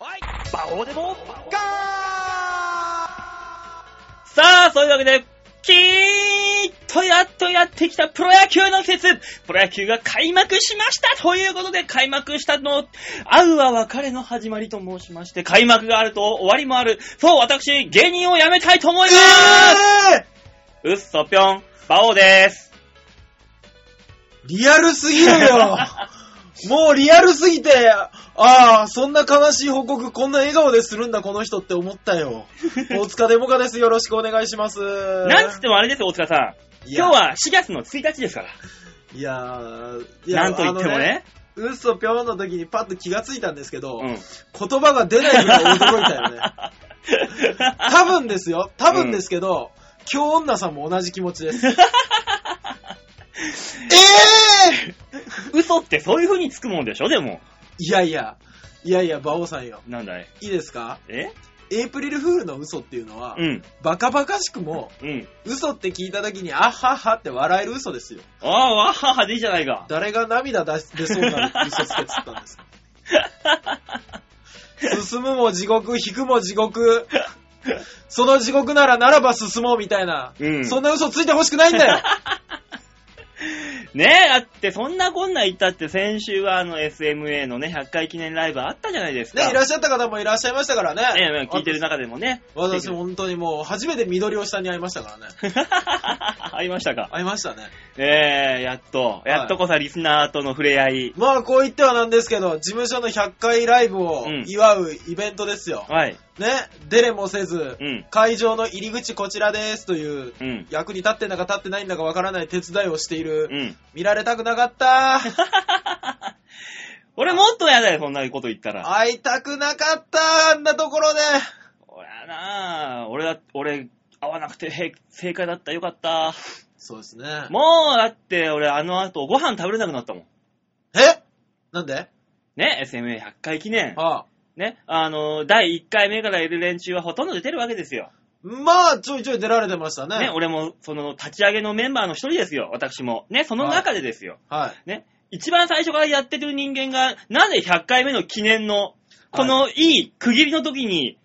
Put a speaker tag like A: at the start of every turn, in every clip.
A: バオデモガ
B: さあ、そういうわけで、きーっとやっとやってきたプロ野球の季節プロ野球が開幕しましたということで、開幕したのを、会うは別れの始まりと申しまして、開幕があると終わりもある。そう、私、芸人を辞めたいと思います
C: え
B: うっそぴょん、バオです。
C: ー、リアルすぎる よもうリアルすぎて、ああ、そんな悲しい報告、こんな笑顔でするんだ、この人って思っ たよ。大塚デモカです。よろしくお願いします。
B: なんつってもあれですよ、大塚さん。
C: いや
B: 今日は4月の1日ですから。
C: いやー、いや
B: なんと言っても。ね。
C: あのうっそぴょんの時にパッと気がついたんですけど、
B: うん。
C: 言葉が出ないぐらい驚いたよね。 多分ですよ。多分ですけど、今日女さんも同じ気持ちです。ええ
B: 嘘ってそういう風につくもんでしょでも。
C: いやいや、いやいや、馬王さんよ。
B: なんだい
C: いいですか
B: え
C: エイプリルフールの嘘っていうのは、
B: うん。
C: バカバカしくも、
B: うん。
C: 嘘って聞いた時に、あっはっはって笑える嘘ですよ。
B: ああ、わははでいいじゃないか。
C: 誰が涙出し出そうな嘘つけっつったんですか進むも地獄、引くも地獄、その地獄ならならば進もうみたいな、
B: うん。
C: そんな嘘ついてほしくないん だよ
B: ねえ、だってそんなこんな言ったって先週はあの SMA のね、100回記念ライブあったじゃないですか。
C: ね、いらっしゃった方もいらっしゃいましたからね。
B: ねえ聞いてる中でもね。
C: 私も本当にもう、初めて緑尾さんに会いましたからね。
B: ありましたか。
C: 会いましたね。
B: ええやっと、やっとこさリスナーとの触れ合い。
C: まあ、こう言ってはなんですけど、事務所の100回ライブを
B: うん
C: 祝うイベントですよ。
B: はい。
C: ね、出れもせず、
B: うん。
C: 会場の入り口こちらですという、
B: うん。
C: 役に立ってんだか立ってないんだかわからない手伝いをしている、
B: うん。
C: 見られたくな かったー
B: 俺もっとやだよ、そんなこと言ったら。
C: 会いたくなかったーあんなところで
B: 俺はなあ俺だ、俺、会わなくてへ正解だった、よかった。
C: そうですね。
B: もう、だって俺あの後ご飯食べれなくなったもん。
C: えなんで
B: ね、SMA100 回記念。
C: ああ。
B: ね、あの、第1回目からいる連中はほとんど出てるわけですよ。
C: まあ、ちょいちょい出られてましたね。
B: ね、俺も、その、立ち上げのメンバーの一人ですよ、私も。ね、その中でですよ。
C: はい。
B: ね、一番最初からやってる人間が、なぜ100回目の記念の、このいい区切りの時に、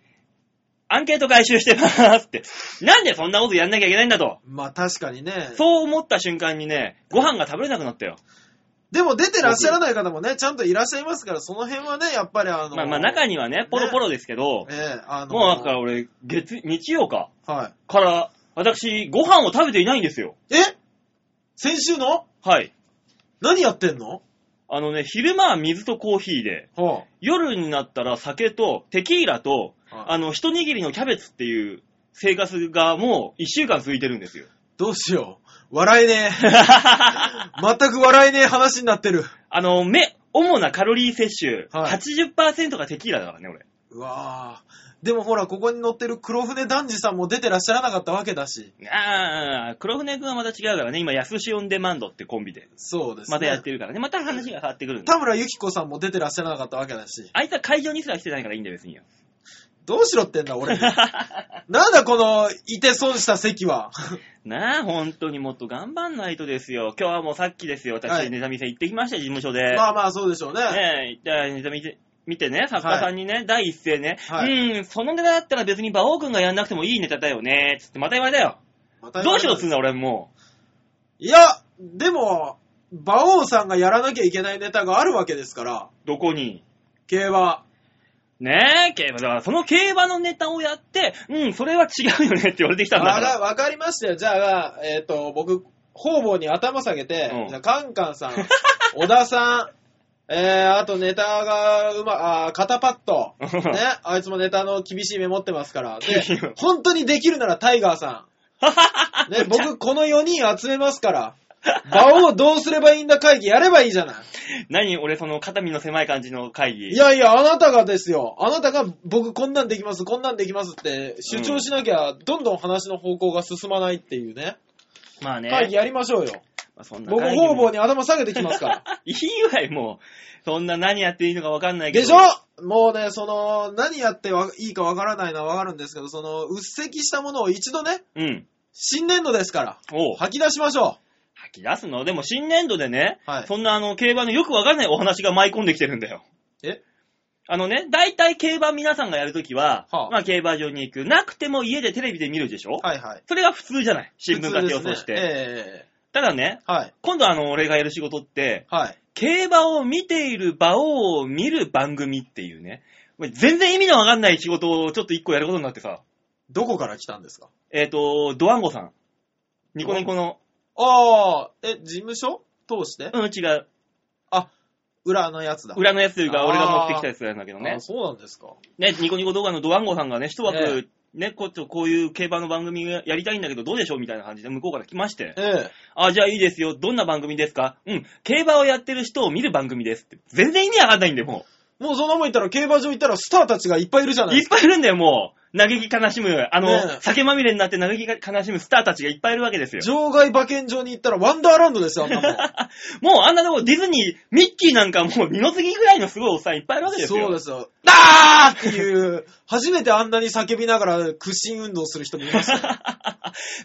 B: アンケート回収してますって。なんでそんなことやんなきゃいけないんだと。
C: まあ、確かにね。
B: そう思った瞬間にね、ご飯が食べれなくなったよ。
C: でも出てらっしゃらない方もね、ちゃんといらっしゃいますから、その辺はね、やっぱりあの、
B: まあまあ中にはね、ポロポロですけど、
C: ええあの、
B: もうだから俺、月、日曜か、
C: は
B: から、私、ご飯を食べていないんですよ。
C: い。え先週の
B: はい。
C: 何やってんの
B: あのね、昼間は水とコーヒーで、
C: は
B: 夜になったら酒とテキーラと、
C: あ、
B: あの、一握りのキャベツっていう生活がもう一週間続いてるん ですよ。
C: どうしよう。笑えねえ。全く笑えねえ話になってる。
B: あの、目、主なカロリー摂取、
C: はい
B: 80%がテキーラだからね、俺。
C: うわぁ。でもほら、ここに乗ってる黒船男児さんも出てらっしゃらなかったわけだし。
B: ああ、黒船くんはまた違うからね、今、安しオンデマンドってコンビで、
C: そうですね。
B: またやってるからね、また話が変わってくるんだ。
C: 田村ゆき子さんも出てらっしゃらなかったわけだし。
B: あいつは会場にすら来てないからいいんだよ、別によ。
C: どうしろってん だ、俺。なんだ、この、いて損した席 は。
B: なあ、本当にもっと頑張んないとですよ。今日はもうさっきですよ、
C: は
B: 私、
C: い
B: ネタ見せ行ってきましたよ、事務所で。
C: まあまあ、そうでしょうね。
B: ねえ、一体ネタ見て、見てね、作家さんにね、第一声ね、
C: はい
B: うん、そのネタだったら別に馬王くんがやんなくてもいいネタだよね、つってまた言われたよ。
C: また
B: どうしようっつうんだ、俺も
C: いや、でも、馬王さんがやらなきゃいけないネタがあるわけですから、
B: う。どこに。
C: 競馬。
B: ねえ、競馬。だから、その競馬のネタをやって、うん、それは違うよねって言われてきたんだか。
C: わからわかりましたよ。じゃあ、えっ、と、僕、方々に頭下げて、
B: うん
C: じゃあ、カンカンさん、 小田さん、えー、あとネタがうま、あー肩パッド。ね、あいつもネタの厳しい目持ってますから。
B: 厳しい
C: で、本当にできるならタイガーさ ん。ね、僕、この4人集めますから、馬王どうすればいいんだ会議やればいいじゃない。
B: 何俺、その肩身の狭い感じの会議。
C: いやいや、あなたがですよ。あなたが僕こんなんできます、こんなんできますって主張しなきゃ、どんどん話の方向が進まないっていうね。
B: まあね。
C: 会議やりましょうよ。
B: まあそんな
C: 僕、
B: 会議も
C: 方々に頭下げてきます から。
B: いいわい、もう。そんな何やっていいのかわかんないけ
C: で
B: ど。
C: しょもうね、その、何やってはいいかわからないのはわかるんですけど、その、うっせきしたものを一度ね、
B: うん。
C: 新年度ですから、
B: おう
C: 吐き出しましょ
B: 吐き出すのでも新年度でね、
C: はい
B: そんなあの、競馬のよくわかんないお話が舞い込んできてるんだよ。
C: え
B: あのね、大体競馬皆さんがやるときは、
C: はあ
B: まあ競馬場に行く。なくても家でテレビで見るでしょ、
C: はいはい。
B: それが普通じゃない新聞が手を通して。
C: 普通ですねえ
B: ただね、
C: えはい。
B: 今度あの、俺がやる仕事って、
C: はい。
B: 競馬を見ている馬王を見る番組っていうね、全然意味のわかんない仕事をちょっと一個やることになってさ、
C: どこから来たんですか
B: えっ、と、ドワンゴさん。ニコニコの、
C: ああ、え、事務所通して
B: うん、違う。
C: 裏のやつだ。
B: 裏のやつというか、俺が持ってきたやつなんだけどね
C: あ。そうなんですか。
B: ね、ニコニコ動画のドワンゴさんがね、一枠、
C: え
B: ね、こっちこういう競馬の番組やりたいんだけど、どうでしょうみたいな感じで向こうから来まして。
C: ええ。
B: あ、じゃあいいですよ。どんな番組ですかうん。競馬をやってる人を見る番組ですって。全然意味わかんないんだよ、も
C: もうそんなもん言ったら競馬場行ったらスターたちがいっぱいいるじゃな
B: う。
C: い
B: い
C: で
B: っ
C: す
B: ぱいいるんだよ、もう。嘆き悲しむ、あの、
C: ねえ
B: 酒まみれになって嘆き悲しむスターたちがいっぱいいるわけですよ
C: か。。場外馬券場に行ったらワンダーランドですよ、あんなもん。
B: もうあんなとこ、ディズニー、ミッキーなんかもう二の次ぐらいのすごいおっさんいっ ぱいいるわけですよ。
C: そうですよ。ダーっていう、初めてあんなに叫びながら屈伸運動する人もいましたよ。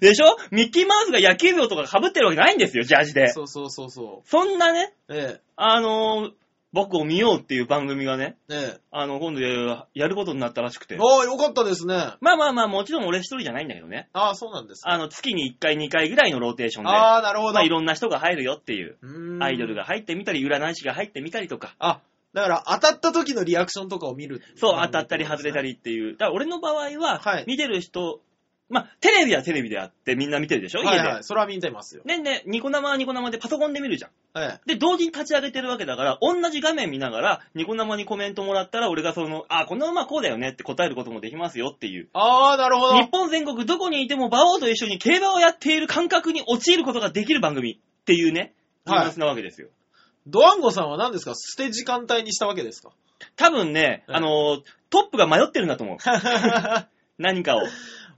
B: でしょミッキーマウスが野球帽とか被ってるわけないんですよ、ジャージで。そ
C: そうそうそうそ
B: んなね、
C: う。え
B: あのー僕を見ようっていう番組がね、
C: え、え
B: あの、今度ややることになったらしく
C: え。
B: て。
C: ああ、よかったですね。あ
B: まあまあまあ、もちろん俺一人じゃないんだけどね。
C: あ、そうなんですね。
B: あの、月に1回2回ぐらいのローテーションで、
C: ああ、なるほど
B: まあい。ろんな人が入るよっていう。
C: うーん
B: アイドル。が入ってみたり、占い師が入ってみたりとか。
C: あ、だから当たった時のリアクションとかを見る。
B: そう、当たったり外れた。りっていう。だから俺の場合は、
C: はい
B: 見てる人、まあ、テレビはテレビであってみんな見てるでしょ家
C: は
B: で。
C: いはい、それは見てますよ。
B: ねね、ニコ生はニコ生でパソコンで見るじゃん。
C: ええ。
B: で、同時に立ち上げてるわけだから、同じ画面見ながら、ニコ生にコメントもらったら、俺がその、あ、この馬こうだよねって答えることもできますよっていう。
C: ああ、なるほど。
B: 日本全国どこにいても馬王と一緒に競馬をやっている感覚に陥ることができる番組っていうね、ニ
C: はい
B: ュアンスなわけですよ。
C: ドワンゴさんは何ですか捨て時間帯にしたわけですか
B: 多分ね、
C: うん
B: あのー、トップが迷ってるんだと思う。
C: あ
B: 何かを。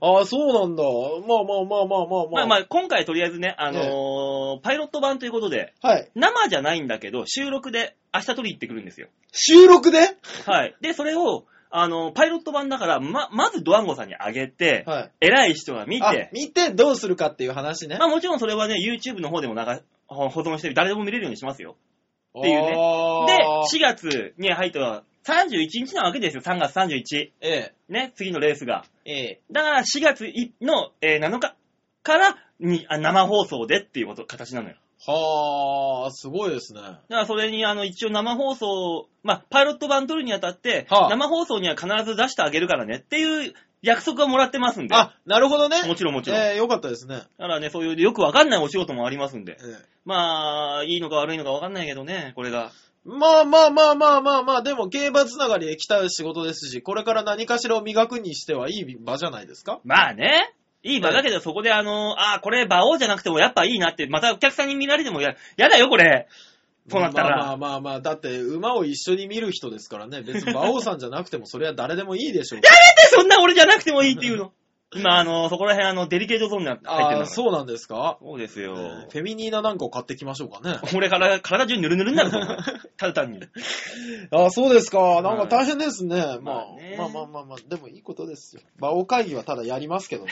C: あ、そうなんだ。まあまあまあまあまあま
B: ま
C: あ。
B: あまあ、今回とりあえずね、あのー、パイロット版ということで、
C: はい。
B: 生じゃないんだけど、収録で明日取り行ってくるんですよ。
C: 収録で
B: はい。で、それを、あの、パイロット版だから、ま、まずドワンゴさんにあげて、
C: はい。
B: 偉い人が見
C: あ
B: て、
C: 見てどうするかっていう話ね。
B: まあもちろんそれはね、YouTube の方でも流、保存してる、誰でも見れるようにしますよ。
C: って
B: いうねで、4月に入ったら、31日なわけですよ、3月31。
C: え
B: ね、次のレースが。
C: え、え
B: だから4月いの、えー7日からにあ生放送でっていうこと、形なのよ。
C: え。はあ、すごいですね。
B: だからそれに、あの、一応生放送、まあ、パイロット版撮るにあたって、
C: はあ
B: 生放送には必ず出してあげるからねっていう約束はもらってますんで。
C: あ、なるほどね。
B: もちろんもちろん。だ
C: ええ、よかったですね。
B: からね、そういうよくわかんないお仕事もありますんで
C: え。え
B: まあ、いいのか悪いのかわかんないけどね、これが。
C: まあまあまあまあまあまあ、でも競馬つながりで来た仕事ですし、これから何かしらを磨くにしてはいい場じゃないですか
B: まあね。いい場だけど、そこであの、ああ、これ、馬王じゃなくてもやっぱいいなって、またお客さんに見られてもや、やだよ、これ。そうなったら。
C: まあまあまあまあ、だって馬を一緒に見る人ですからね、 別に馬王さんじゃなくてもそれは誰でもいいでしょう。
B: そんな俺じゃなくてもいいっていうの。今、あの、そこら辺、あの、デリケートゾーンに入ってるんだか
C: あ
B: ら
C: あ、そうなんですか
B: そうです
C: え
B: よ。
C: えフェミニーナなんかを買ってきましょうかね。
B: 俺から、体中ぬるぬるになるぞ。 ただ単に。
C: あそうですか。なんか大変ですね。ま
B: ま
C: あ
B: あね、
C: まあまあまあまあ、でもいいことですよ。馬王会議はただやりますけどね。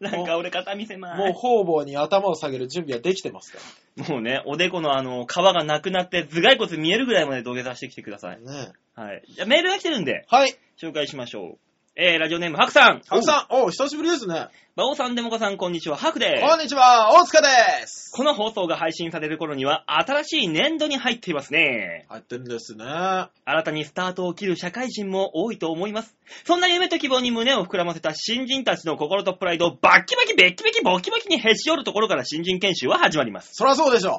B: なんか俺肩見せま
C: もう
B: ー
C: 方々に頭を下げる準備はできてますか
B: す。もうね、おでこのあの、皮がなくなって、頭蓋骨見えるぐらいまで土下座してきてくださ
C: ら
B: い。
C: ね。
B: はい。じゃあメールが来てるんで、
C: はい。
B: 紹介しましょう。えー、ラジオネーム、ハクさん。
C: ハクさん、おう久しぶりですね。
B: バオさん、デモカさん、こんにちは。ハクです。
C: こんにちは、大塚です。
B: この放送が配信される頃には、新しい年度に入っていますね。
C: 入ってるんですね。は
B: 新たにスタートを切る社会人も多いと思います。そんな夢と希望に胸を膨らませた新人たちの心とプライドをバッキバキ、ベッキベキ、ボキボキにへし折るところから新人研修は始まります。
C: そりゃそうでしょ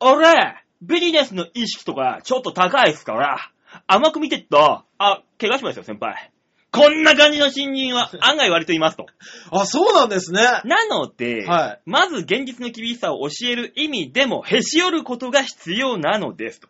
B: 俺、ビジネスの意識とかちょっと高いっすから、甘く見てっと、あ、怪我しますよ、先輩。こんな感じの新人は案外割といますと。
C: う。あ、そうなんですね。は
B: なので、
C: い。
B: まず現実の厳しさを教える意味でもへし折ることが必要なのですと。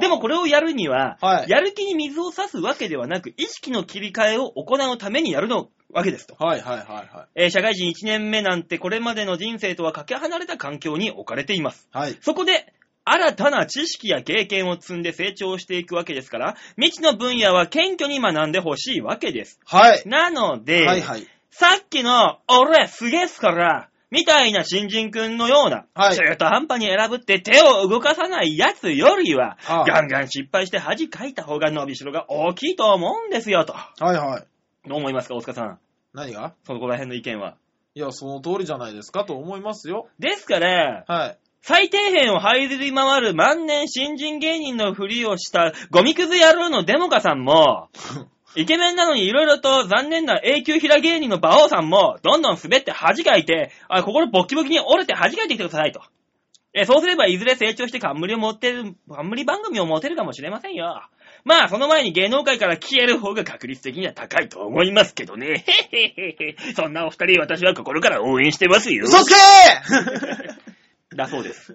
B: でもこれをやるには、
C: はい
B: やる気に水を差すわけではなく、意識の切り替えを行うためにやるのわけですと。
C: れ。はいはいはいは
B: えー社会人1年目なんてこれまでの人生とはかけ離れた環境に置かれています。
C: い。はい。
B: そこで、新たな知識や経験を積んで成長していくわけですから、未知の分野は謙虚に学んでほしいわけです。
C: はい。
B: なので、
C: はいはい。
B: さっきの、俺すげえっすから、みたいな新人くんのような、
C: はい
B: 中途半端に選ぶって手を動かさないやつよりは、
C: ああ
B: ガンガン失敗して恥かいた方が伸びしろが大きいと思うんですよ、と。
C: はいはい。
B: どう思いますか、大塚さん。
C: 何が
B: そこら辺の意見は。
C: いや、その通りじゃないですかと思いますよ。
B: ですから、
C: はい。
B: 最底辺を這いずり回る万年新人芸人のふりをしたゴミくず野郎のデモカさんも、イケメンなのに色々と残念な永久平芸人の馬王さんも、どんどん滑って恥かいて、あ、心ボッキボキに折れて恥かいてきてくださいと。え、そうすればいずれ成長して冠を持ってる、冠番組を持てるかもしれませんよ。まあ、その前に芸能界から消える方が確率的には高いと思いますけどね。へへへへ。そんなお二人、私は心から応援してますよ。
C: 嘘つけ
B: だそうです。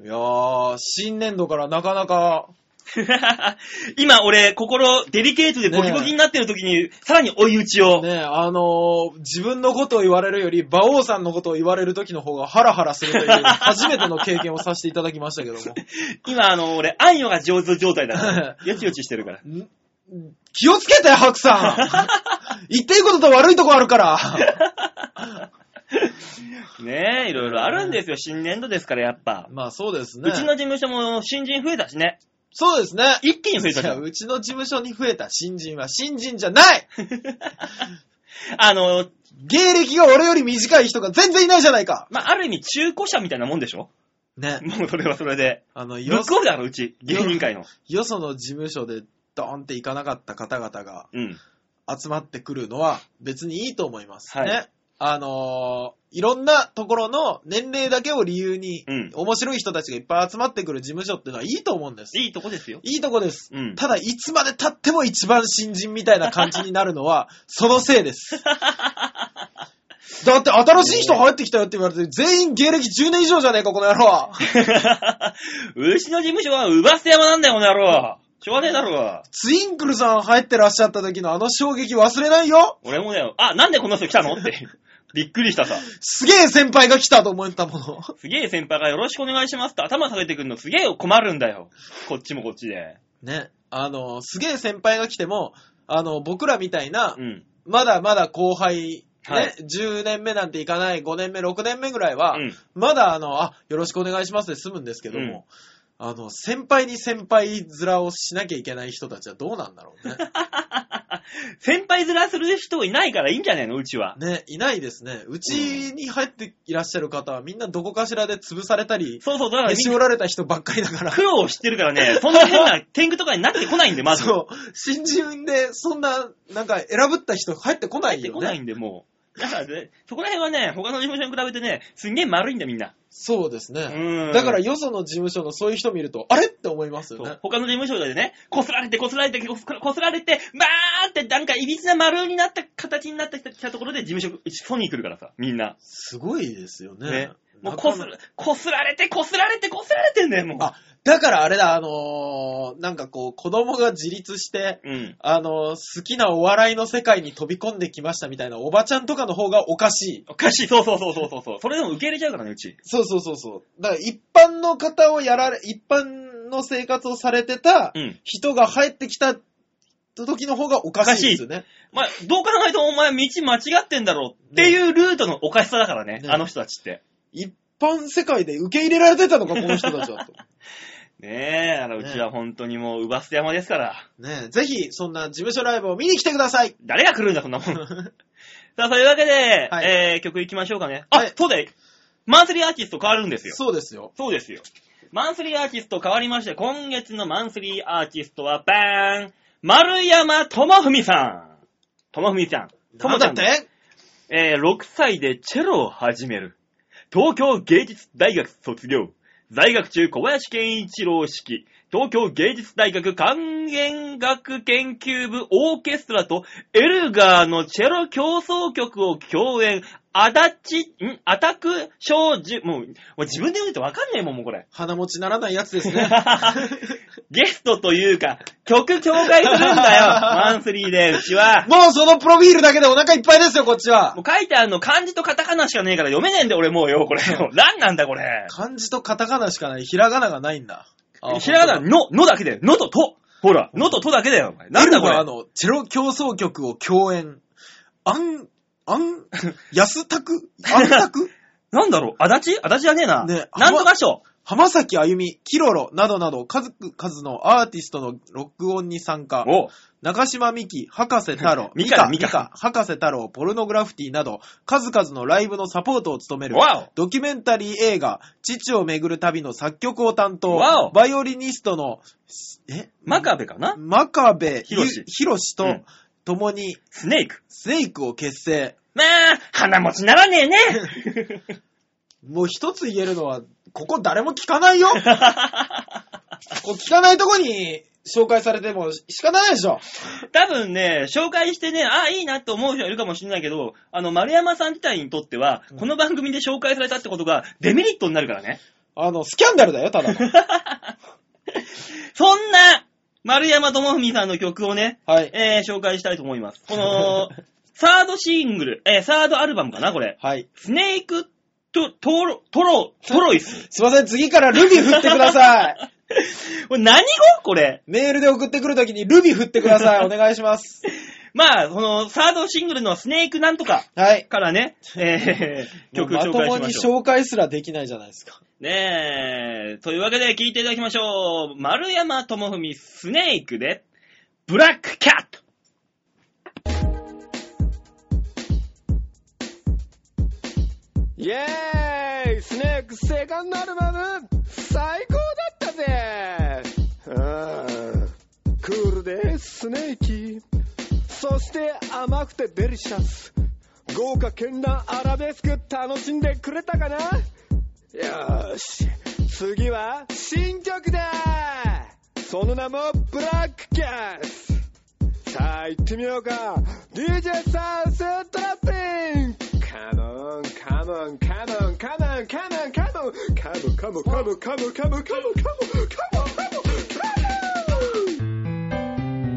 C: ーいやー、新年度からなかなか、
B: 今俺、心デリケートでボキボキになってる時に、さらに追い打ちを。
C: ね、あのー自分のことを言われるより、馬王さんのことを言われる時の方がハラハラするという、初めての経験をさせていただきましたけども。
B: 今、あの、俺、あんよが上手状態だから。 よちよちしてるから。
C: ん気をつけて、白さん言っていいことと悪いとこあるから
B: ねえ、いろいろあるんですよ。新年度ですから、やっぱ。
C: まあそうですね
B: う。ちの事務所も新人増えたしね。
C: そうですね。
B: 一気に増えた
C: い
B: じ
C: や
B: ゃん。
C: うちの事務所に増えた新人は新人じゃない
B: あの、
C: 芸歴が俺より短い人が全然いないじゃないか
B: まあ、ある意味中古車みたいなもんでしょ
C: ね。
B: もうそれはそれで。
C: あ
B: ブ
C: の、
B: ッ
C: よ
B: クオフだから、うち。芸人界の。
C: よその事務所でドーンって行かなかった方々が
B: うん。
C: 集まってくるのは別にいいと思いますね。
B: はい
C: あのーいろんなところの年齢だけを理由に、
B: うん
C: 面白い人たちがいっぱい集まってくる事務所ってのはいいと思うんです。
B: いいとこですよ。
C: いいとこです。
B: うん。
C: ただ、いつまで経っても一番新人みたいな感じになるのは、 そのせいです。だって、新しい人入ってきたよって言われて、全員芸歴10年以上じゃねえか、この野郎は。
B: うちの事務所は、うばせ山なんだよ、この野郎。しょうがねえだろ。
C: ツインクルさん入ってらっしゃった時のあの衝撃忘れないよ。
B: 俺もね、あ、なんでこの人来たのって。 びっくりしたさ。
C: すげえ先輩が来たと思ったもの。
B: すげえ先輩がよろしくお願いしますって頭下げてくるのすげえ困るんだよ。こっちもこっちで。
C: ね。あの、すげえ先輩が来ても、あの、僕らみたいな
B: う、ん。
C: まだまだ後輩、ね、
B: はい
C: 10年目なんていかない、5年目、6年目ぐらいは、
B: うん。
C: まだあの、あ、よろしくお願いしますで済むんですけども、あの、先輩に先輩面をしなきゃいけない人たちはどうなんだろ うね。
B: 先輩面する人いないからいいんじゃねえのうちは。
C: ね、いないですね。うちに入っていらっしゃる方はみんなどこかしらで潰されたり、
B: そうそう、だから
C: へ
B: み
C: し
B: んな
C: 折られた人ばっかりだから
B: 苦。労を知ってるからね、そんな変な天狗とかになってこないんで、まず。
C: そう。新人で、そんな、なんか、選ぶった人入ってこな
B: 入っ
C: い
B: て
C: よ
B: こな
C: ね。
B: いんで、もう。だからね、そこら辺はね、他の事務所に比べてね、すんげえ丸いんだ、みんな。
C: そうですね。
B: うん。
C: だから、よその事務所のそういう人見ると、あれって思いますよ
B: そ
C: ね
B: う。他の事務所でね、こすられて、こすられて、こすこすられて、バーってなんかいびつな丸になった形になってきたところで事務所、ソニー来るからさ、みんな。
C: すごいですよね。
B: ねもう
C: な
B: こ
C: か
B: す
C: なか
B: ら、こすられて、こすられて、こすられてんだよ、もう。
C: あだからあれだ、あのーなんかこう、子供が自立して、
B: うん。
C: あのー好きなお笑いの世界に飛び込んできましたみたいなおばちゃんとかの方がおかしい。
B: おかしい、そうそうそうそうそうそう。それでも受け入れちゃうからね、うち。
C: そうそうそうそう。だから一般の方をやられ、一般の生活をされてた
B: うん。
C: 人が入ってきた時の方がおかしいですよね。
B: まあ、どう考えてもお前道間違ってんだろうっていうルートのおかしさだからね、
C: ね
B: あの人たちって。
C: 一般世界で受け入れられてたのか、この人たちは と。
B: ねえ、あの、う
C: ね
B: ちは本当にもう、うばす山ですから。
C: ねえぜひ、そんな事務所ライブを見に来てください
B: 誰が来るんだ、そんなもん。 さあ、そういうわけで、
C: はい
B: えー、曲行きましょうかね。あ、
C: はい
B: そうだよ。マンスリーアーティスト変わるんですよ。
C: そうですよ。
B: そうですよ。マンスリーアーティスト変わりまして、今月のマンスリーアーティストは、バーン丸山智文さん智文さん。
C: な
B: 智
C: ん
B: ち
C: だ
B: ゃ
C: っ
B: ん
C: て
B: ですえー6歳でチェロを始める。東京芸術大学卒業。在学中小林健一郎式。東京芸術大学管弦楽研究部オーケストラとエルガーのチェロ協奏曲を共演。アタッチ、んアタック少女、もう、もう自分で読んでてわかんねえもん、もうこれ。
C: 鼻持ちならないやつですね。
B: ゲストというか、曲紹介するんだよマンスリーで、うちは。
C: もうそのプロフィールだけでお腹いっぱいですよ、こっちは
B: も。う書いてあるの漢字とカタカナしかねえから読めねえんだよ、俺もうよ、これ。何なんだ、これ。
C: 漢字とカタカナしかない、ひらがながないんだ。
B: ひらが
C: な
B: な、の、のだけだよ。のとと。ほら、のととだけだよ、お前。な
C: なんん
B: だ
C: だ
B: こ
C: こ
B: れ
C: れ。あ。の、チェロ競争曲を共演。アン、あん、安 拓あんたく
B: なんだろう足立足立じゃねえな。
C: ね
B: なんとか賞。
C: 浜崎あゆみ、キロロなどなど数々のアーティストの録音に参加。
B: お、
C: 中島美紀、博士太郎
B: ミカだ
C: ミカ、ミカ博士太郎、ポルノグラフィティなど、数々のライブのサポートを務める、
B: わ
C: ドキュメンタリー映画、父を巡る旅の作曲を担
B: わお
C: 当、バイオリニストの、え
B: お真壁かな
C: 真壁
B: ひろし
C: ゆひろし
B: う
C: と
B: ん
C: 共に
B: スネーク。
C: スネークを結成。
B: まあ、鼻持ちならね えね。
C: もう一つ言えるのは、ここ誰も聞かな いよこう聞かないとこに紹介されても仕方ないでしょ
B: 多分ね、紹介してね、ああ、いいなと思う人はいるかもしれないけど、あの、丸山さん自体にとっては、
C: うん
B: この番組で紹介されたってことがデメリットになるからね。
C: あの、スキャンダルだよ、ただ の。
B: そんな、丸山智文さんの曲をね、
C: はい。
B: えー紹介したいと思います。この、 サードシングル、えーサードアルバムかな、これ。
C: はい。
B: スネークト、トロ、トロ、トロイス。
C: すいません、次からルビ振ってください。
B: これ何語これ。
C: メールで送ってくるときにルビ振ってください。お願いします。
B: まあ、この、サードシングルのスネークなんとか
C: はい。
B: からね、え ー曲
C: もう
B: 紹介
C: まとも
B: しま
C: に
B: しょう。
C: 紹介すらできないじゃないですか。
B: ねえ、というわけで聞いていただきましょう。丸山智文スネークで、ブラックキャット。
A: イェーイスネークセカンドアルバム最高だったぜうんクールでスネーキーそして甘くてデリシャス豪華絢爛アラベスク楽しんでくれたかなよーし次は新曲だその名もブラックキャスさあ行ってみようか DJ サウストラッピングカモンカモンカモンカモンカモンカモンカモンカモンカモンカモンカモンカモンカモンカモンカモンカモン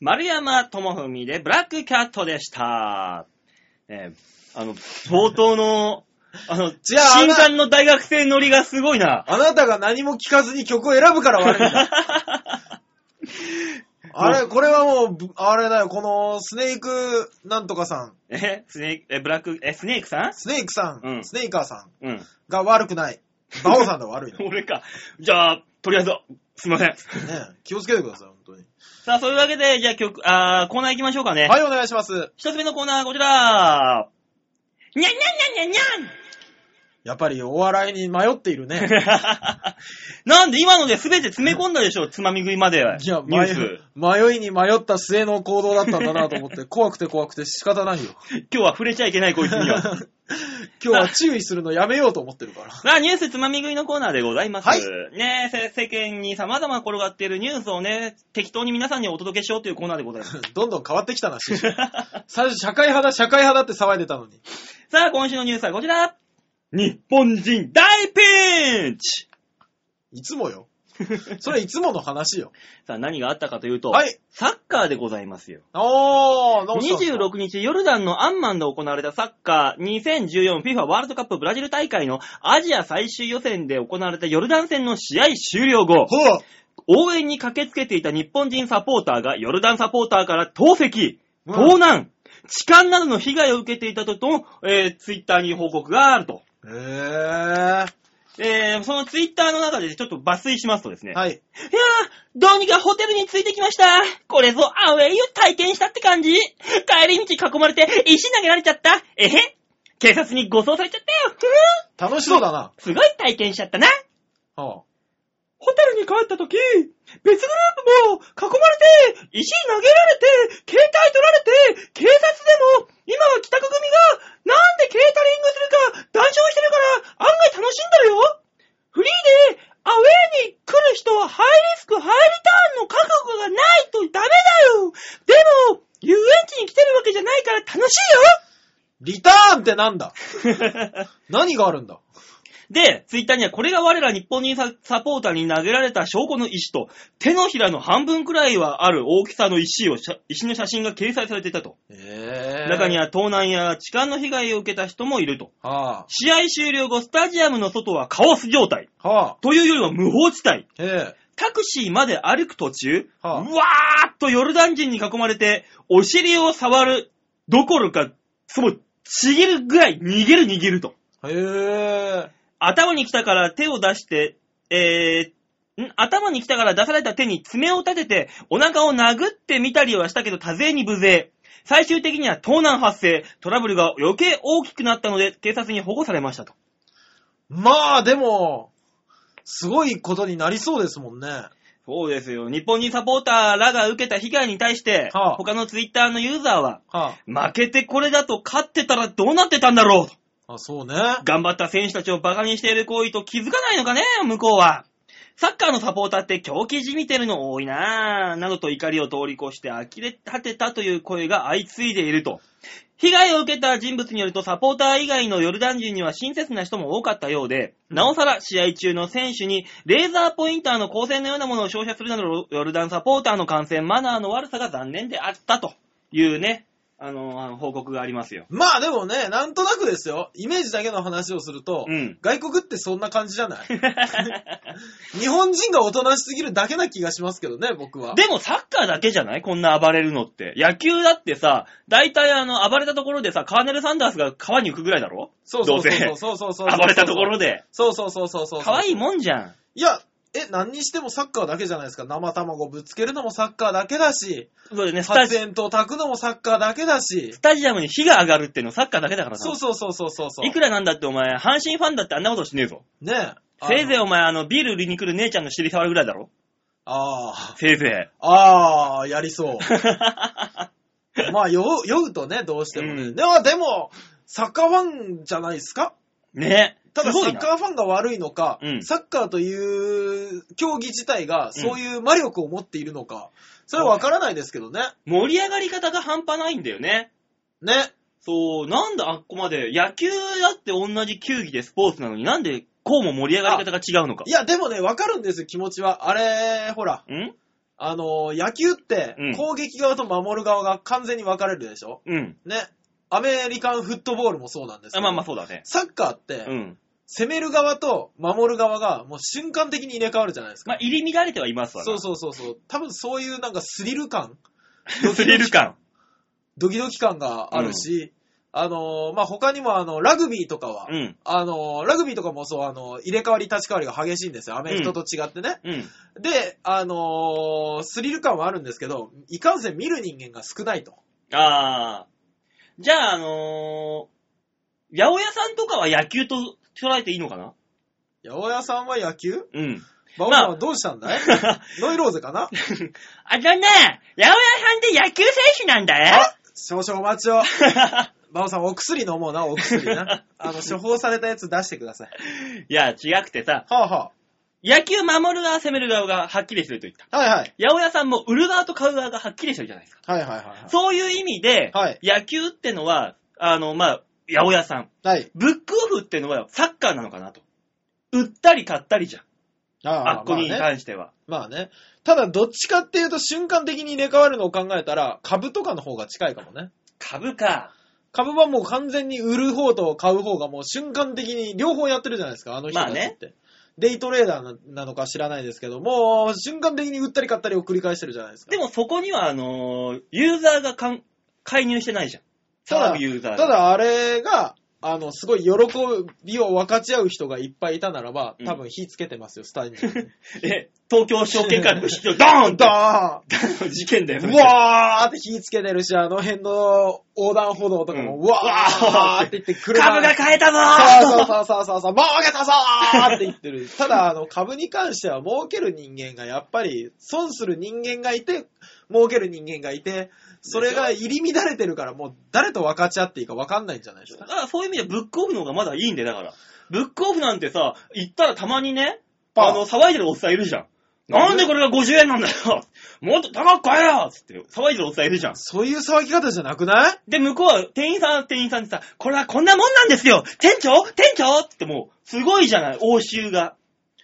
B: 丸山智文でブラックキャットでした。えーあの、冒頭 の、あの、
C: じゃあ
B: 新刊の大学生乗りがすごいな。
C: あなたが何も聞かずに曲を選ぶから悪い んだ。あれ、これはもうぶ、あれだよ、このスネークなんとかさん、
B: え、スネーク、え、ブラック、え、スネークさん
C: スネークさん、
B: うん
C: スネーカーさん
B: うん。
C: が悪くない。バオさんが悪いの。ね
B: 俺か。じゃあ、とりあえず、すい ません。
C: 気をつけてください、本当に。
B: さあ、そういうわけで、じゃあ曲、あーコーナー行きましょうかね。
C: はい、お願いします。
B: 一つ目のコーナーはこちら。にゃんにゃんにゃんにゃんにゃん
C: やっぱりお笑いに迷ってい るね。
B: なんで今ので全て詰め込んだでしょ、つまみ食いまで。
C: いや、
B: ニュー
C: 迷
B: ス。
C: 迷いに迷った末の行動だったんだなと思って、怖くて怖くて仕方ないよ。
B: 今日は触れちゃいけない、こいつには。 さ
C: 今日は注意するのやめようと思ってるから。
B: あ、ニュースつまみ食いのコーナーでございます。
C: はい
B: ねえ、せ世間に様々転がっているニュースをね、適当に皆さんにお届けしようというコーナーでござい ます。
C: どんどん変わってきたな、師匠最初、社会派だ、社会派だって騒いでたのに。
B: さあ、今週のニュースはこちら。日本人大ピンチ
C: いつもよ。 それいつもの話よ。
B: さあ、何があったかというと、
C: はい。
B: サッカーでございますよ。
C: おー、どうしたんですか
B: 26日、ヨルダンのアンマンで行われたサッカー 2014FIFA ワールドカップブラジル大会のアジア最終予選で行われたヨルダン戦の試合終了後、
C: ほう
B: 応援に駆けつけていた日本人サポーターがヨルダンサポーターから投石、
C: うん
B: 盗難、痴漢などの被害を受けていたとと、えー、ツイッターに報告があると。
C: えー。
B: えー、そのツイッターの中でちょっと抜粋しますとですね、
C: はい。
B: いやー、どうにかホテルに着いてきました。これぞアウェイを体験したって感じ。帰り道囲まれて石投げられちゃった。えへん警察に護送されちゃったよ。ふふ
C: 楽しそうだな。
B: すごい体験しちゃったな。
C: は
B: ホテルに帰った時、別グループも囲まれて、石投げられて、携帯取られて、警察でも、今は帰宅組が、なんでケータリングするか、談笑してるから、案外楽しんでるよフリーで、アウェーに来る人はハイリスク、ハイリターンの覚悟がないとダメだよでも、遊園地に来てるわけじゃないから楽し
C: リターンってなんだ
B: いよ
C: 何があるんだ
B: で、ツイッターにはこれが我ら日本人ササポーターに投げられた証拠の石と、手のひらの半分くらいはある大きさの石を、写石の写真が掲載されていたと。
C: えー。
B: 中には盗難や痴漢の被害を受けた人もいると。
C: は
B: 試合終了後、スタジアムの外はカオス状態。
C: あ。はあ。
B: というよりは無法地帯。
C: え
B: タクシーまで歩く途中、
C: はあ
B: うわーっとヨルダン人に囲まれて、お尻を触るどころか、その、ちぎるぐらい逃げる逃げると。
C: ー。へー。
B: 頭に来たから手を出して、えー、ん頭に来たから出された手に爪を立てて、お腹を殴ってみたりはしたけど、多勢に無勢。最終的には盗難発生、トラブルが余計大きくなったので、警察に保護されましたと。
C: まあ、でも、すごいことになりそうですもんね。
B: そうですよ。日本人サポーターらが受けた被害に対して、
C: はあ
B: 他のツイッターのユーザーは、
C: は
B: 負けてこれだと勝ってたらどうなってたんだろうと
C: あ。あ、そうね。
B: 頑張った選手たちをバカにしている行為と気づかないのかね、向こうは。サッカーのサポーターって狂気じみてるの多いなぁ、などと怒りを通り越して呆れ果てたという声が相次いでいると。被害を受けた人物によると、サポーター以外のヨルダン人には親切な人も多かったようで、なおさら試合中の選手にレーザーポインターの光線のようなものを照射するなど、ヨルダンサポーターの感染マナーの悪さが残念であったというね、あの、あの報告がありますよ。
C: まあでもね、なんとなくですよ。イメージだけの話をすると、
B: うん
C: 外国ってそんな感じじゃない日本人がおとなしすぎるだけな気がしますけどね、僕は。
B: でもサッカーだけじゃないこんな暴れるのって。野球だってさ、大体あの、暴れたところでさ、カーネル・サンダースが川に浮くぐらいだろ
C: そうそうそう
B: どうせ
C: そうそうそうそう。
B: 暴れたところで。
C: そうそうそうそうそう。
B: 可愛いもんじゃん。
C: いや、え、何にしてもサッカーだけじゃないですか。生卵ぶつけるのもサッカーだけだし、
B: そうだよね、スタ
C: 発
B: ジ
C: 煙筒炊くのもサッカーだけだし
B: ス。タジアムに火が上がるってのサッカーだけだからさ。
C: そうそうそうそうそうそう。
B: いくらなんだってお前、阪神ファンだってあんなことしねえぞ。
C: ねえ。あの
B: せいぜいお前、あの、ビール売りに来る姉ちゃんの尻触るぐらいだろ
C: あ
B: せいぜ
C: あ、ああ、やり そう。
B: い。
C: まあ、酔う酔うとね、どうしてもね。
B: うん
C: でも、でも、サッカーファンじゃないですか
B: ね
C: ただ
B: すご
C: サ
B: い
C: ッ
B: な
C: カーファンが悪いのか、
B: うん
C: サッカーという競技自体がそういう魔力を持っているのか、それはわからないですけどね。
B: 盛り上がり方が半端ないんだよね。
C: ね。
B: そう、なんであっこまで、野球だって同じ球技でスポーツなのになんでこうも盛り上がり方が違うのか
C: い。や、でもね、わかるんですよ、気持ちは。あれ、ほら、
B: ん
C: あのー野球って
B: うん、
C: 攻撃側と守る側が完全に分かれるでしょ、
B: うん。
C: ね。アメリカンフットボールもそうなんですけ
B: あ
C: ど
B: まあまあそうだね。
C: サッカーって、
B: うん。
C: 攻める側と守る側がもう瞬間的に入れ替わるじゃないですか。
B: まあ入り乱れてはいますわ
C: そう
B: う。
C: そうそうそう。多分そういうなんかスリル感、
B: スリル感。
C: ドキドキ感があるし、あのーまあ、他にもあの、ラグビーとかは、
B: うん。
C: あのーラグビーとかもそう、あのー入れ替わり立ち替わりが激しいんですよ。アメフトと違ってね。
B: うん。
C: で、あのースリル感はあるんですけど、いかんせん見る人間が少ないと。
B: ああ。じゃあ、あのー、八百屋さんとかは野球と捉えていいのかな
C: 八百屋さんは野球
B: うん。
C: バオさんはどうしたんだ い、ノイローゼか
B: あ
C: な
B: のね、八百屋さんって野球選手なんだよ。
C: あ少々お待ちを。バオさん、お薬飲もうな、お薬な。あの、処方されたやつ出してください。
B: いや、違くてさ、
C: はあは
B: 野球守る側、攻める側がはっきりしてると言った。
C: あ。はいはい。
B: 八百屋さんも売る側と買う側がはっきりしてるじゃないですか。
C: はいはいはい
B: そういう意味で、
C: はい。
B: 野球ってのは、あの、まあ、八百屋さん。
C: はい。はい。
B: ブックオフってのはサッカーなのかなと。売ったり買ったりじゃん。あ
C: あ
B: っこに
C: まあね。
B: 関しては。
C: まあね。ただ、どっちかっていうと、瞬間的に入れ替わるのを考えたら、株とかの方が近いかもね。
B: 株か。
C: 株はもう完全に売る方と買う方がもう瞬間的に両方やってるじゃないですか、あの人たちって。
B: まあね
C: デイトレーダーななのか知らないですけど、もう瞬間的に売ったり買ったりを繰り返してるじゃないですか。
B: でもそこには、あのーユーザーがかん介入してないじゃん。
C: ただ
B: サーブユーザーが。
C: ただあれが、あの、すごい喜びを分かち合う人がいっぱいいたならば、多分火つけてますよ、スタジ オに。
B: え、東京証券会の市場、 ドーンって
C: ダ
B: あの事件だよ。
C: ーンうわーって火つけてるし、あの辺の横断歩道とかも、
B: うん
C: うわーって言って車
B: 株が買えたぞ
C: そう
B: ー
C: そうそうそうそう、儲けたぞーって言ってる。ただ、あの、株に関しては儲ける人間がやっぱり、損する人間がいて、儲ける人間がいて、それが入り乱れてるから、もう誰と分かち合っていいか分かんないんじゃないです
B: だ
C: か。
B: からそういう意味でブックオフの方がまだいいんで、だから。ブックオフなんてさ、行ったらたまにね、
C: あ
B: あの、騒いでるおっさんいるじゃん。なんでこれが50円なんだよもっと高く買えよつって騒いでるおっさんいるじゃん。
C: そういう騒ぎ方じゃなくない
B: で、向こうは店員さんは店員さんにさ、これはこんなもんなんですよ店長店長ってもう、すごいじゃない、応酬が。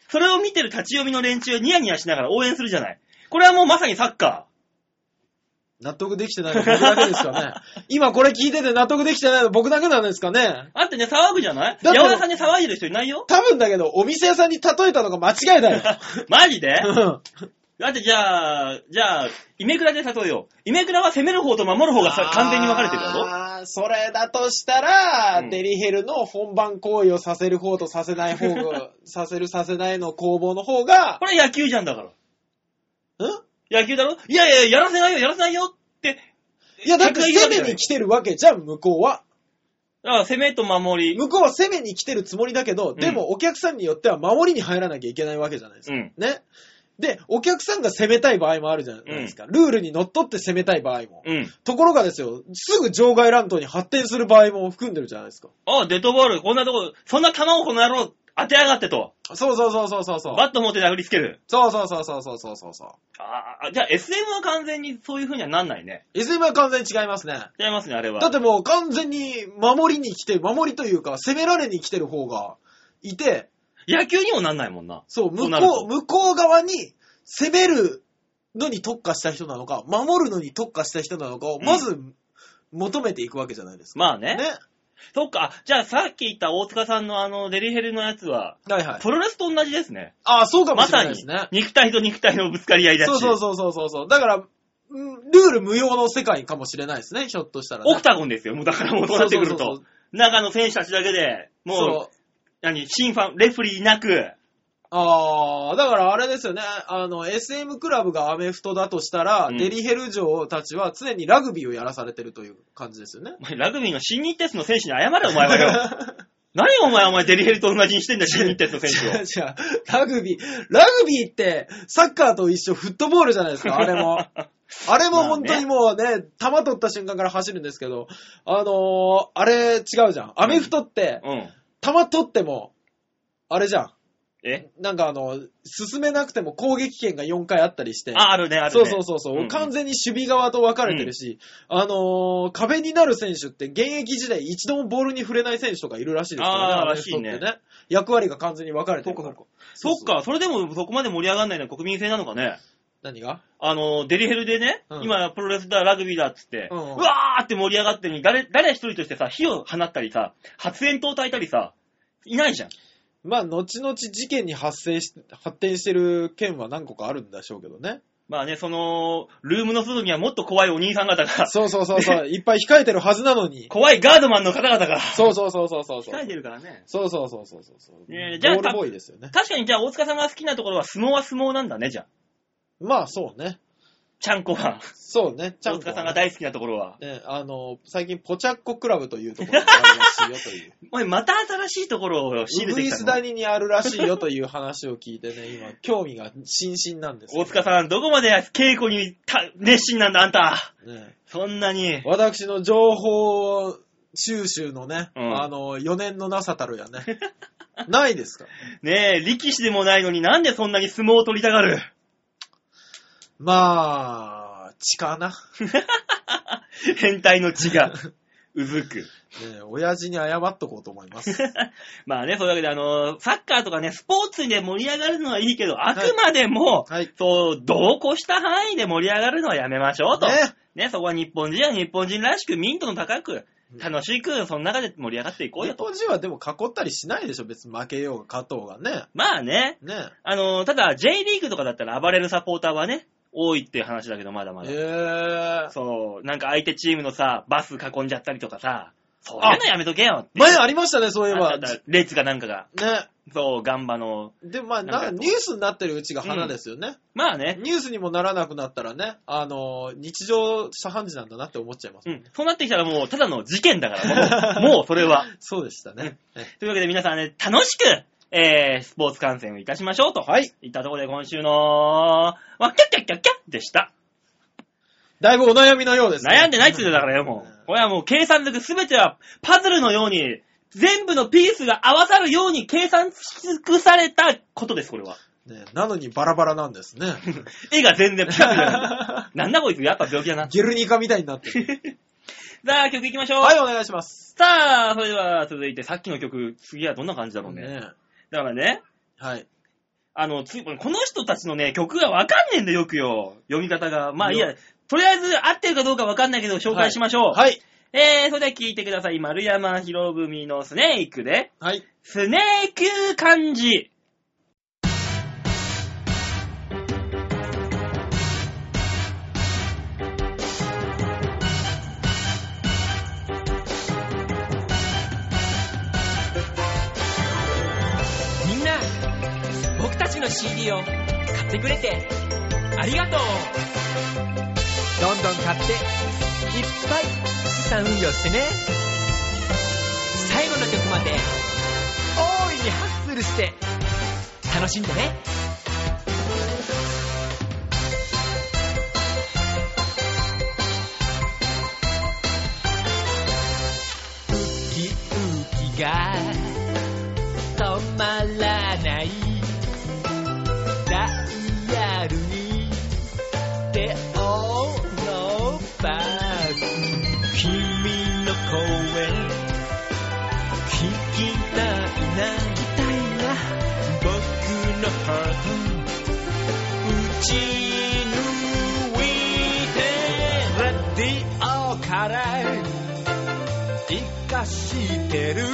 B: それを見てる立ち読みの連中はニヤニヤしながら応援するじゃない。これはもうまさにサッカ
C: 納得できてないの僕だけですかね。今これ聞いてて納得できてないの僕だけなんですかね。
B: ー。あってね、騒ぐじゃない八
C: だって
B: 百屋さんで騒いでる人いないよ
C: 多分だけど、お店屋さんに例えたのが間違いだよ。
B: マジ で
C: うん
B: だってじゃあ、じゃあ、イメクラで例えよう。イメクラは攻める方と守る方がさ完全に分かれてるだろ
C: あーそれだとしたら、
B: うん
C: デリヘルの本番行為をさせる方とさせない方が、させるさせないの攻防の方が、
B: これ野球じゃんだから。
C: ん
B: 野球だろいやいや、やらせないよ、やらせないよって。
C: いや、だって
B: 客が言うわ
C: 攻
B: けじゃ
C: め
B: ない
C: に来てるわけじゃん、向こうは。
B: だから攻めと守り。
C: 向こうは攻めに来てるつもりだけど、でもお客さんによっては守りに入らなきゃいけないわけじゃないで
B: う
C: すか。
B: ん。
C: ね。で、お客さんが攻めたい場合もあるじゃないですか。ルールにのっとって攻めたい場合も。
B: うん。
C: ところがですよ、すぐ場外乱闘に発展する場合も含んでるじゃないですか。
B: あ、デッドボール、こんなとこ、そんな球をこの野郎、当てやがってと。
C: そうそうそうそうそうそう。
B: バット持って殴りつける。
C: そうそうそうそうそうそうそうそう。
B: ああ、じゃあ SM は完全にそういう風にはなんないね。
C: SM は完全に違いますね。
B: 違いますね、あれは。
C: だってもう完全に守りに来て、守りというか攻められに来てる方がいて、
B: 野球にもなんないもんな。
C: そう、
B: そう
C: 向
B: なる
C: こ
B: と
C: う、向こう側に攻めるのに特化した人なのか、守るのに特化した人なのかを、
B: うん
C: まず求めていくわけじゃないですか。
B: まあね。
C: ね。
B: そっか、じゃあさっき言った大塚さんのあの、デリヘルのやつは、
C: はいはい。
B: プロレスと同じですね。
C: ああ、そうかも
B: ま
C: し
B: さ
C: れないで
B: に
C: すね。、
B: 肉体と肉体のぶつかり合いだし。
C: そうそうそうそうそうそう。だから、うんルール無用の世界かもしれないですね、ひょっとしたら、ね。
B: オクタゴンですよ、もうだからもうそうなってくる
C: そうそ
B: と
C: う。
B: 中の選手たちだけで、
C: そうそう。
B: もう、何、審判、レフリーなく、
C: ああ、だからあれですよね。あの、SM クラブがアメフトだとしたら、
B: うん
C: デリヘル嬢たちは常にラグビーをやらされてるという感じですよね。
B: お前ラグビーの新日鉄の選手に謝れ、お前は よ。何お前、お前、デリヘルと同じにしてんだよ、新日鉄の選手を。
C: じゃあ、ラグビー、ラグビーって、サッカーと一緒フットボールじゃないです か、あれも。あれも本当にもうね、球取った瞬間から走るんですけど、あのーあれ違うじゃん。アメフトって、
B: うん。
C: 球取っても、あれじゃん。
B: え
C: なんかあの、進めなくても攻撃権が4回あったりして。
B: あ、あるね、あるね。
C: そうそうそうそう、
B: うん
C: 完全に守備側と分かれてるし、あのー壁になる選手って現役時代一度もボールに触れない選手とかいるらしいですからね
B: あー、
C: アメフトって
B: らしい
C: 役割が完全に分かれて
B: そっ
C: る
B: か
C: か
B: そっ
C: ら
B: か。そっか、それでもそこまで盛り上がらないのは国民性なのかね。
C: 何が
B: あの、デリヘルでね、
C: うん
B: 今プロレスだ、ラグビーだっつって、
C: う
B: うん
C: うん
B: わーって盛り上がってるのに、誰、誰一人としてさ、火を放ったりさ、発煙筒焚いたりさ、いないじゃん。
C: まあ、後々事件に発生し、発展してる件は何個かあるんでしょうけどね。
B: まあね、その、ルームの外にはもっと怖いお兄さん方が、
C: そうそうそ うそう、いっぱい控えてるはずなのに。
B: 怖いガードマンの方々が、
C: そうそうそうそうそうそう。
B: 控えてるからね。
C: そうそうそうそうそうそう。
B: ねえじゃあ
C: ボールボーイですよね。
B: 確かにじゃあ大塚さんが好きなところは相撲は相撲なんだね、じゃあ。
C: まあ、そうね。
B: ちゃんこは。
C: そうね。ちゃ
B: 大
C: んと
B: 塚さんが大好きなところは。
C: ね、あの、最近、ポチャッコクラブというところがあるらしいよという。
B: おい、また新しいところを 仕入
C: ウグ
B: れて
C: イ
B: き
C: ス
B: たの
C: 谷にあるらしいよという話を聞いて ね、今、興味が津々なんですけど
B: 大塚さん、どこまで稽古にた熱心なんだ、あんた。
C: ね
B: そんなに。
C: 私の情報収集のね、
B: うん
C: あの、4年のなさたるやね。ないですから。
B: ねえ、力士でもないのになんでそんなに相撲を取りたが る
C: まあ、血かな。
B: 変態の血が、うずく。
C: ね親父に謝っとこうと思い ます。
B: まあね、そういうわけで、あの、サッカーとかね、スポーツで盛り上がるのはいいけど、あくまでも、
C: はい。
B: そう、同行した範囲で盛り上がるのはやめましょうと。
C: ね
B: ねそこは日本人は日本人らしく、民度の高く、楽しく、その中で盛り上がっていこうよ
C: 日
B: と。
C: 本人はでも囲ったりしないでしょ、別に負けようが勝とうがね。
B: まあね、
C: ね
B: あの、ただ、J リーグとかだったら暴れるサポーターはね、多いっていう話だけど、まだまだ。
C: えー。
B: そう、なんか相手チームのさ、バス囲んじゃったりとかさ、そういうのやめとけよって。
C: 前ありましたね、そういえ
B: あ
C: ば。
B: ったあっ
C: ね。
B: た列がなんかが、そう、ガンバの、
C: でもまあ、
B: なんか
C: なニュースになってるうちが花ですよね。
B: まあね、
C: ニュースにもならなくなったらね、あのー、日常茶飯事なんだなって思っちゃいます。
B: うん、そうなってきたらもう、ただの事件だから、 もう、もうそれは。
C: そうでしたね。え
B: というわけで皆さんね、楽しく、えー、スポーツ観戦をいたしましょうと。
C: はい。
B: いったところで今週の、わっきゃっきゃっきゃっきゃでした。
C: だいぶお悩みのようです、
B: 悩んでないっつってたからよ、もう。これはもう計算づくすべてはパズルのように、全部のピースが合わさるように計算し尽くされたことです、これは。
C: ねなのにバラバラな んですね。
B: 絵が全然ピカピカ なんだなんだこいつ、やっぱ病気だな。
C: ゲルニカみたいになって る。
B: さあ、曲いきましょう。
C: はい、お願いします。
B: さあ、それでは続いてさっきの曲、次はどんな感じだろうね。
C: ね
B: だからね、
C: はい。
B: あの、つこの人たちのね、曲がわかんねえんだよ、よくよ。読み方が。まあいいや
C: よ、
B: とりあえず合ってるかどうかわかんないけど、紹介しましょう。
C: はい。
B: えー、それでは聴いてください。丸山博文のスネークで、
C: はい。
B: スネーク漢字。
D: みんな僕たちの CD を買ってくれてありがとうどんどん買っていっぱい資産運用してね最後の曲まで大いにハッスルして楽しんでねウキウキが止まらないダイヤルに手を伸ばす君の声聞きたいな聞きたいな僕のハート打ち抜いてレディオから生かしてる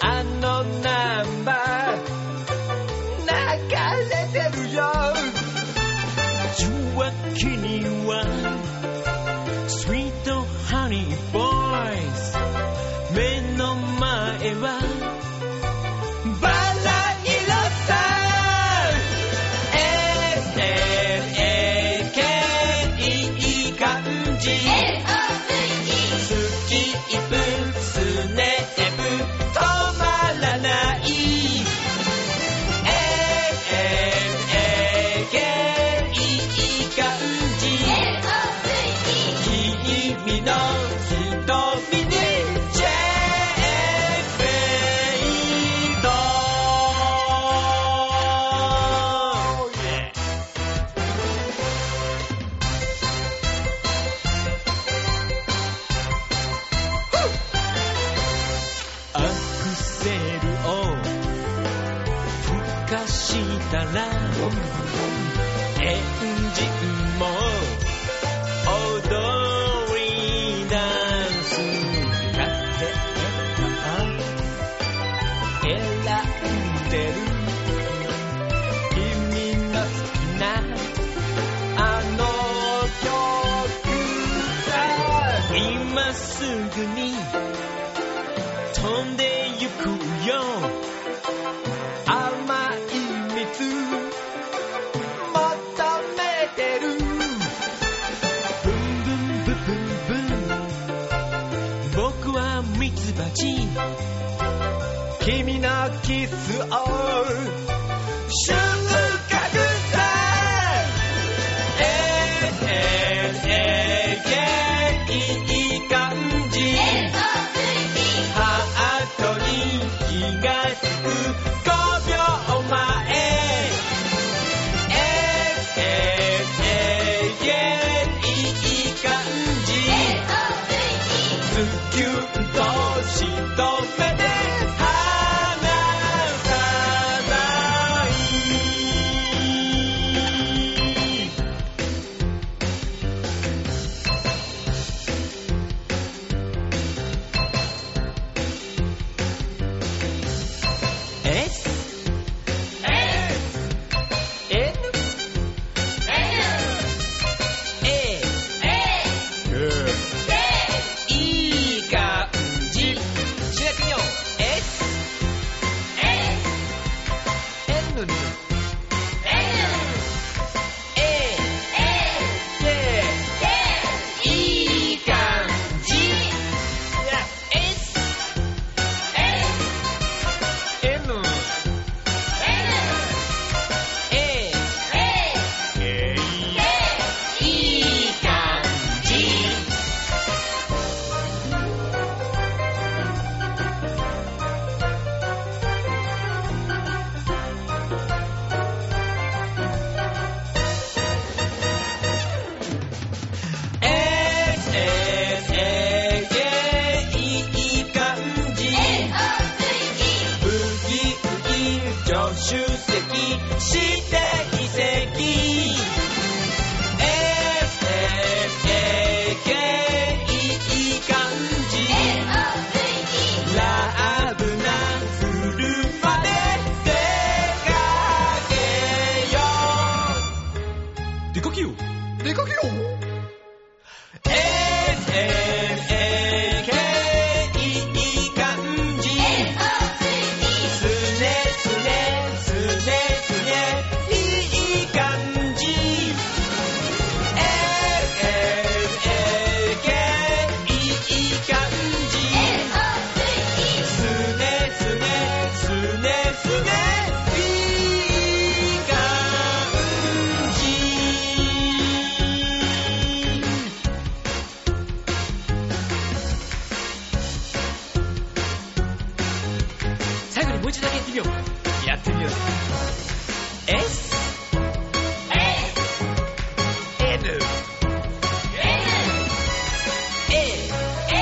D: あのナンバー流れてるよ受話器にはスイートハニーボーイズ目の前はバラ色さ S N A K E 漢字
E: L-O-V-E
D: スキップ、スネープ、止まらない。A-N-A-K-E 漢字。
E: L-O-V-E
D: 君の瞳に J フェイド。アクセルを吹かしたらエンジンも踊りダンスになって選んでる君の好きなあの曲さ今すぐに飛んでゆくよ甘い蜜求めてるブンブンブンブンブン僕はミツバチ君のキスを瞬間さえーえーえーいい感じ
E: S-O-V-E
D: ハートに火がつく5秒前えーえーえーいい感じ
E: S-O-V-E
D: ズキュンとしとめて離さない S N A
E: S-O-V-E
D: いい感じ主役に S N に A K いい感じ S N A K いい感じえーえーえーえーいい感じブギウギ助手席して遺跡えーえーえーいい感じラブな車で出かけよう出かけよう
A: 出かけよう
D: N N A K いい感じすねすねすねすねいい感じ N N A K いい感じすねすねすねすねいい感じ最後にもう一度だけやってみようやってみよう S N A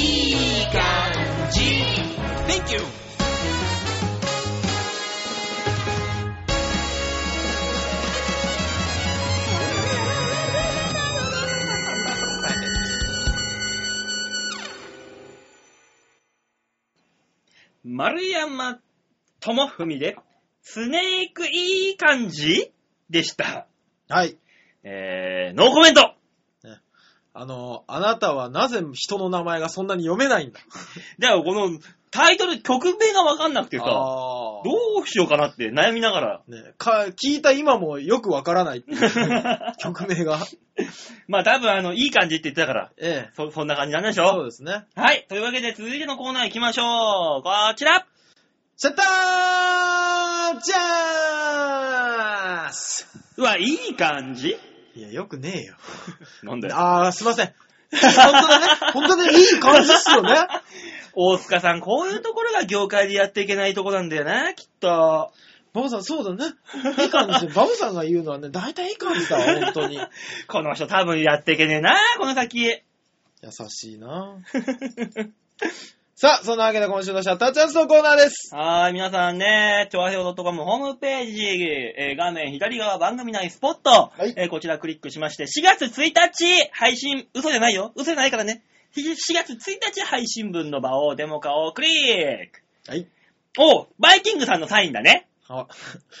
D: いい感じ Thank you
B: 丸山智文で、スネークいい感じでした。
C: はい。
B: えー、ノーコメント
C: あの、あなたはなぜ人の名前がそんなに読めないんだ
B: だからこのタイトル、曲名がわかんなくてさ、
C: あー
B: どうしようかなって悩みなが
C: ね、か聞いた今もよくわからないっていう。
B: ら
C: 曲名 が。
B: まあ多分あの、いい感じって言ってたから、
C: ええ。
B: そ、そんな感じなんでし
C: そう
B: ょ
C: ですね。
B: はい。というわけで続いてのコーナー行きましょう。こちら
C: シャッターチャンス
B: うわ、いい感じ
C: いや、よくねえよ。
B: なんだよ。
C: あー、すいません。本 当だね。本当だね。いい感じっすよね。
B: 大塚さん、こういうところが業界でやっていけないとこなんだよな、きっと。
C: バブさん、そうだね。いい感じ。バブさんが言うのはね、大体いい感じだわ、本当に。
B: この人多分やっていけねえな、この先。
C: 優しいなさあ、そんなわけで今週のシャッターチャンスのコーナーです。
B: はーい、皆さんね、調和表 .com ホームページ、えー画面左側番組内スポット、
C: はい
B: えーこちらクリックしまして、4月1日配信、嘘じゃないよ、嘘じゃないからね、ひ4月1日配信分の場を、デモ化をクリック
C: はい。
B: おうバイキングさんのサインだね。
C: あ、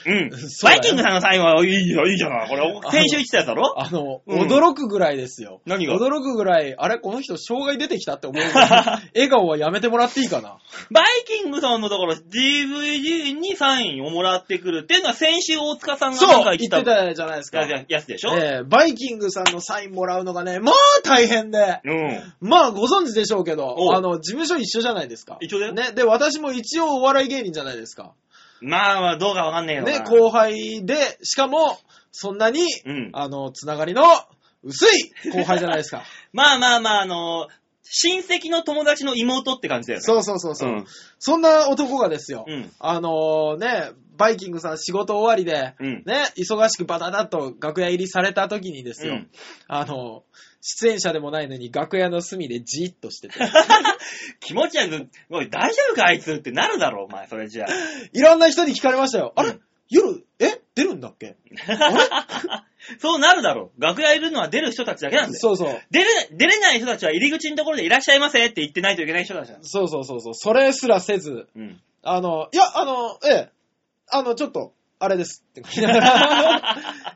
B: うん。
C: そうだ
B: バ
C: よ
B: イキングさんのサインはいいよ、いいじゃない。これ、先週言ってたやつだろ
C: あの、
B: うん
C: 驚くぐらいですよ。
B: 何が
C: 驚くぐらい、あれ、この人、障害出てきたって思 うぐらい。笑顔はやめてもらっていいかな。
B: バイキングさんのだから DVD にサインをもらってくるっていうのは先週大塚さんが
C: そ
B: なん
C: う
B: か
C: 言って
B: 言ってた
C: たじゃないですか。
B: ややつでしょ、
C: ええバイキングさんのサインもらうのがね、まあ大変で。
B: うん。
C: まあご存知でしょうけど
B: おう、
C: あの、事務所一緒じゃないですか。
B: 一緒だよ
C: ね。で、私も一応お笑い芸人じゃないですか。
B: まあまあ、どうかわかんねえよな。
C: ね、後輩で、しかも、そんなに、
B: うん
C: あの、つながりの薄い後輩じゃないです か。
B: まあまあまあ、あの親戚の友達の妹って感じだよね。
C: そうそうそうそう。
B: うん
C: そんな男がですよ、
B: うん
C: あのね、バイキングさん仕事終わりで、
B: うん
C: ね、忙しくバタタッと楽屋入りされた時にですよ、
B: うん
C: あの、出演者でもないのに楽屋の隅でじーっとしてて、
B: 気持ち悪く、おい、大丈夫かあいつってなるだろ、お前、それじゃあ。
C: いろんな人に聞かれましたよ。あれ、
B: うん
C: 夜、え出るんだっけ
B: そうなるだろ。楽屋いるのは出る人たちだけなんだよ。
C: そうそう。
B: 出れ、出れない人たちは入り口のところでいらっしゃいませって言ってないといけない人たちなんだ。
C: そうそうそうそう。それすらせず、
B: うん。
C: あの、いや、あの、ええ、あの、ちょっと、あれです。って言い ながら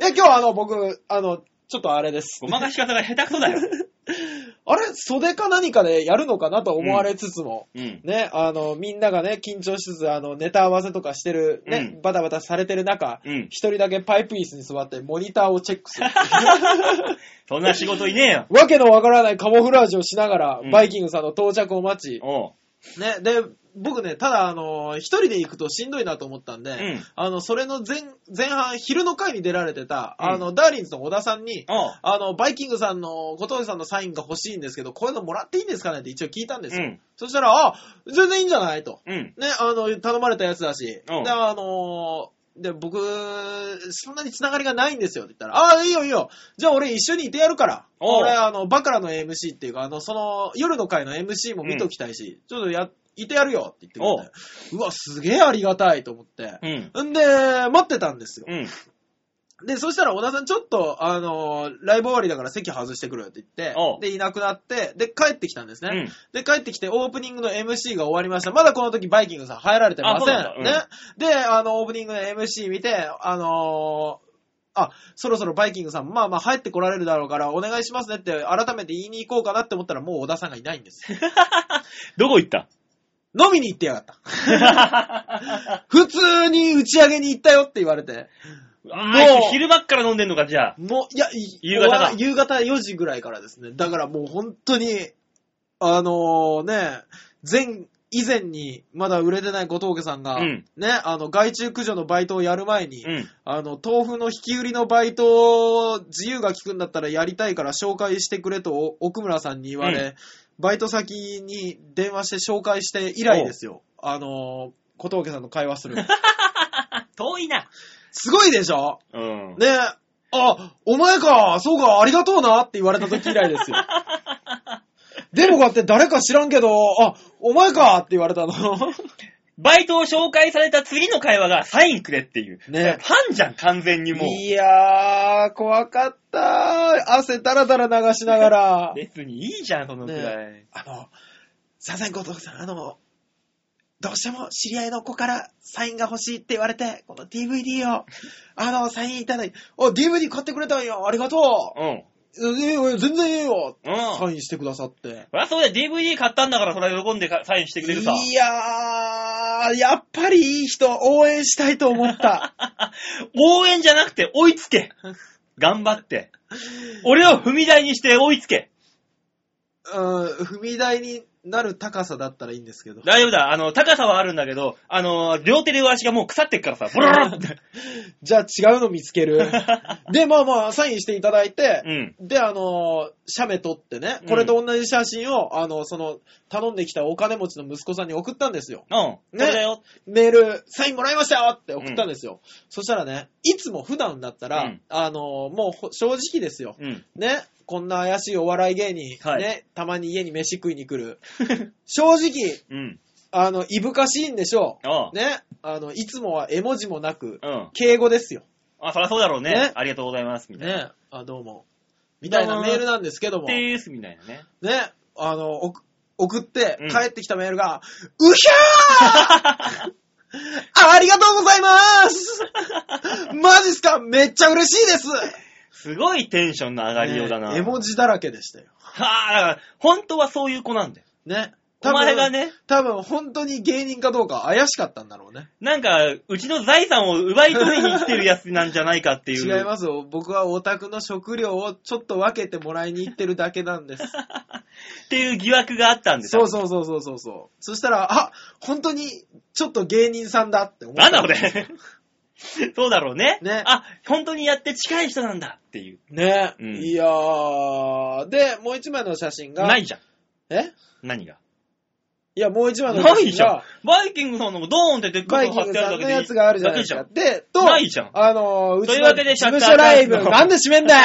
C: いや、今日あの、僕、あの、ちょっとあれです。
B: ごまかし方が下手くそ だよ。
C: あれ袖か何かでやるのかなと思われつつも、
B: うん。
C: ね、あの、みんながね、緊張しつつ、あの、ネタ合わせとかしてる、ね、
B: うん
C: バタバタされてる中、一、
B: うん
C: 人だけパイプ椅子に座ってモニターをチェックする。
B: そんな仕事いねえ よ。
C: わけのわからないカモフラージュをしながら、
B: うん
C: バイキングさんの到着を待ち、
B: おう。
C: ね、で、僕ね、ただ、あの、一人で行くとしんどいなと思ったんで、
B: うん
C: あの、それの前、前半、昼の回に出られてた、
B: うん
C: あの、ダーリンズの小田さんに、
B: おう。
C: あの、バイキングさんの小峠さんのサインが欲しいんですけど、こういうのもらっていいんですかねって一応聞いたんですよ。
B: うん
C: そしたら、あ、全然いいんじゃないと。
B: うん。
C: ね、あの、頼まれたやつだし。で、
B: うん
C: あのーで、僕、そんなにつながりがないんですよって言ったら、ああ、いいよいいよ。じゃあ俺一緒にいてやるから。
B: おう
C: 俺、あの、バカラの MC っていうか、あの、その、夜の会の MC も見ときたいし、ちょっとや、いてやるよって言ってくれて。うわ、すげえありがたいと思って。
B: うん。
C: んで、待ってたんですよ。
B: うん。
C: で、そしたら小田さんちょっと、あのーライブ終わりだから席外してくるって言って
B: おう、
C: で、いなくなって、で、帰ってきたんですね。
B: うん
C: で、帰ってきてオープニングの MC が終わりました。まだこの時バイキングさん入られてません。
B: あそうなん
C: ね
B: だ。
C: で、あの、オープニングの MC 見て、あのーあ、そろそろバイキングさん、まあまあ入ってこられるだろうから、お願いしますねって改めて言いに行こうかなって思ったら、もう小田さんがいないんです。
B: どこ行った
C: 飲みに行ってやがった。 普通に打ち上げに行ったよって言われて。
B: あいつ昼間っから飲んでんのか、じゃあ。
C: もう、いや、い
B: 夕方だ
C: お夕方4時ぐらいからですね。だからもう本当に、あのね、前、以前にまだ売れてない小峠さんが、
B: うん
C: ね、あの、外注駆除のバイトをやる前に、
B: うん。
C: あの、豆腐の引き売りのバイトを自由が利くんだったらやりたいから紹介してくれとお奥村さんに言われ、
B: う
C: バイト先に電話して紹介して以来ですよ。あの小峠さんの会話するの。
B: 遠いな。
C: すごいでしょ
B: うん。
C: ねあ、お前か、そうか、ありがとうなって言われた時以来 ですよ。でもこうやって誰か知らんけど、あ、お前かって言われたの。
B: バイトを紹介された次の会話がサインくれっていう。
C: ね
B: ファンじゃん、完全にもう。
C: いやー、怖かった。汗だらだら流しながら。
B: 別にいいじゃん、そのくらい。
C: あの、させんことさん、あの、どうしても知り合いの子からサインが欲しいって言われて、この DVD を、あの、サインいただいて、お、DVD 買ってくれたんよ、ありがと
B: うん。
C: う。いいよ、全然いいよ。
B: うん。
C: サインしてくださって。
B: そりゃそうだよ、DVD 買ったんだから、それは喜んでかサインしてくれるさ。
C: いやー、やっぱりいい人、応援したいと思った。
B: 応援じゃなくて追いつけ。頑張って。俺を踏み台にして追いつけ。
C: うん、踏み台になる高さだったらいいんですけど。
B: 大丈夫だ。あの、高さはあるんだけど、あの、両手両足がもう腐ってっからさ、ボロロロ って。
C: じゃあ違うの見つける。で、まあまあ、サインしていただいて、
B: うん。
C: で、あのー、写メ撮ってね、これと同じ写真を、あの、その、頼んできたお金持ちの息子さんに送ったんですよ。
B: うん。
C: ね
B: そうだよ。
C: メール、サインもらいましたよって送ったんですよ。そしたらね、いつも普段だったら、
B: うん
C: あのー、もうほ正直ですよ。
B: うん。
C: ね、こんな怪しいお笑い芸人、
B: はい
C: ね、たまに家に飯食いに来る。正直、
B: うん。
C: あの、いぶかしいんでしょ
B: ああ
C: う。ね、あの、いつもは絵文字もなく、
B: うん。
C: 敬語ですよ。
B: あ、そりゃそうだろうね。
C: ね
B: ありがとうございます、みたいな。
C: ね、あ、どうも。みたいなメールなんですけども、ね、
B: でーす、みたいな ね。
C: あの、おく送って
B: うん
C: 帰ってきたメールが、うひゃーありがとうございますマジっすかめっちゃ嬉しいです
B: すごいテンションの上がりようだな。
C: ね絵文字だらけでしたよ。
B: はあ、だから、本当はそういう子なんだよ。
C: ね。
B: お前がね、
C: 多分本当に芸人かどうか怪しかったんだろうね。
B: なんか、うちの財産を奪い取りに来てるやつなんじゃないかっていう。
C: 違いますよ。僕はオタクの食料をちょっと分けてもらいに行ってるだけなんです。
B: っていう疑惑があったん です
C: そうそうそうそうそうそう。そしたら、あ、本当にちょっと芸人さんだって思っ
B: な
C: た。
B: んだこれ そうだろうね。
C: ね
B: あ、本当にやって近い人なんだっていう。
C: ね、
B: うん
C: いやー。で、もう一枚の写真が。
B: ないじゃん。
C: え
B: 何が
C: いや、もう一枚の
B: な
C: 写
B: い
C: 真
B: じゃん
C: が。。
B: バイキングさんのドーンってでっか
C: バ
B: く
C: イキ
B: 貼っ
C: ング
B: てあ
C: さ
B: るだ
C: ん
B: け
C: の
B: で
C: やつがあるじゃな
B: だけ
C: いで
B: じ
C: す
B: ゃ
C: か。
B: ん。
C: で、と、
B: ないじゃん
C: あのー、うち
B: とい
C: の
B: うわけで
C: 事務所ライブ、
B: シャッターチャンスの
C: なんで閉めんだ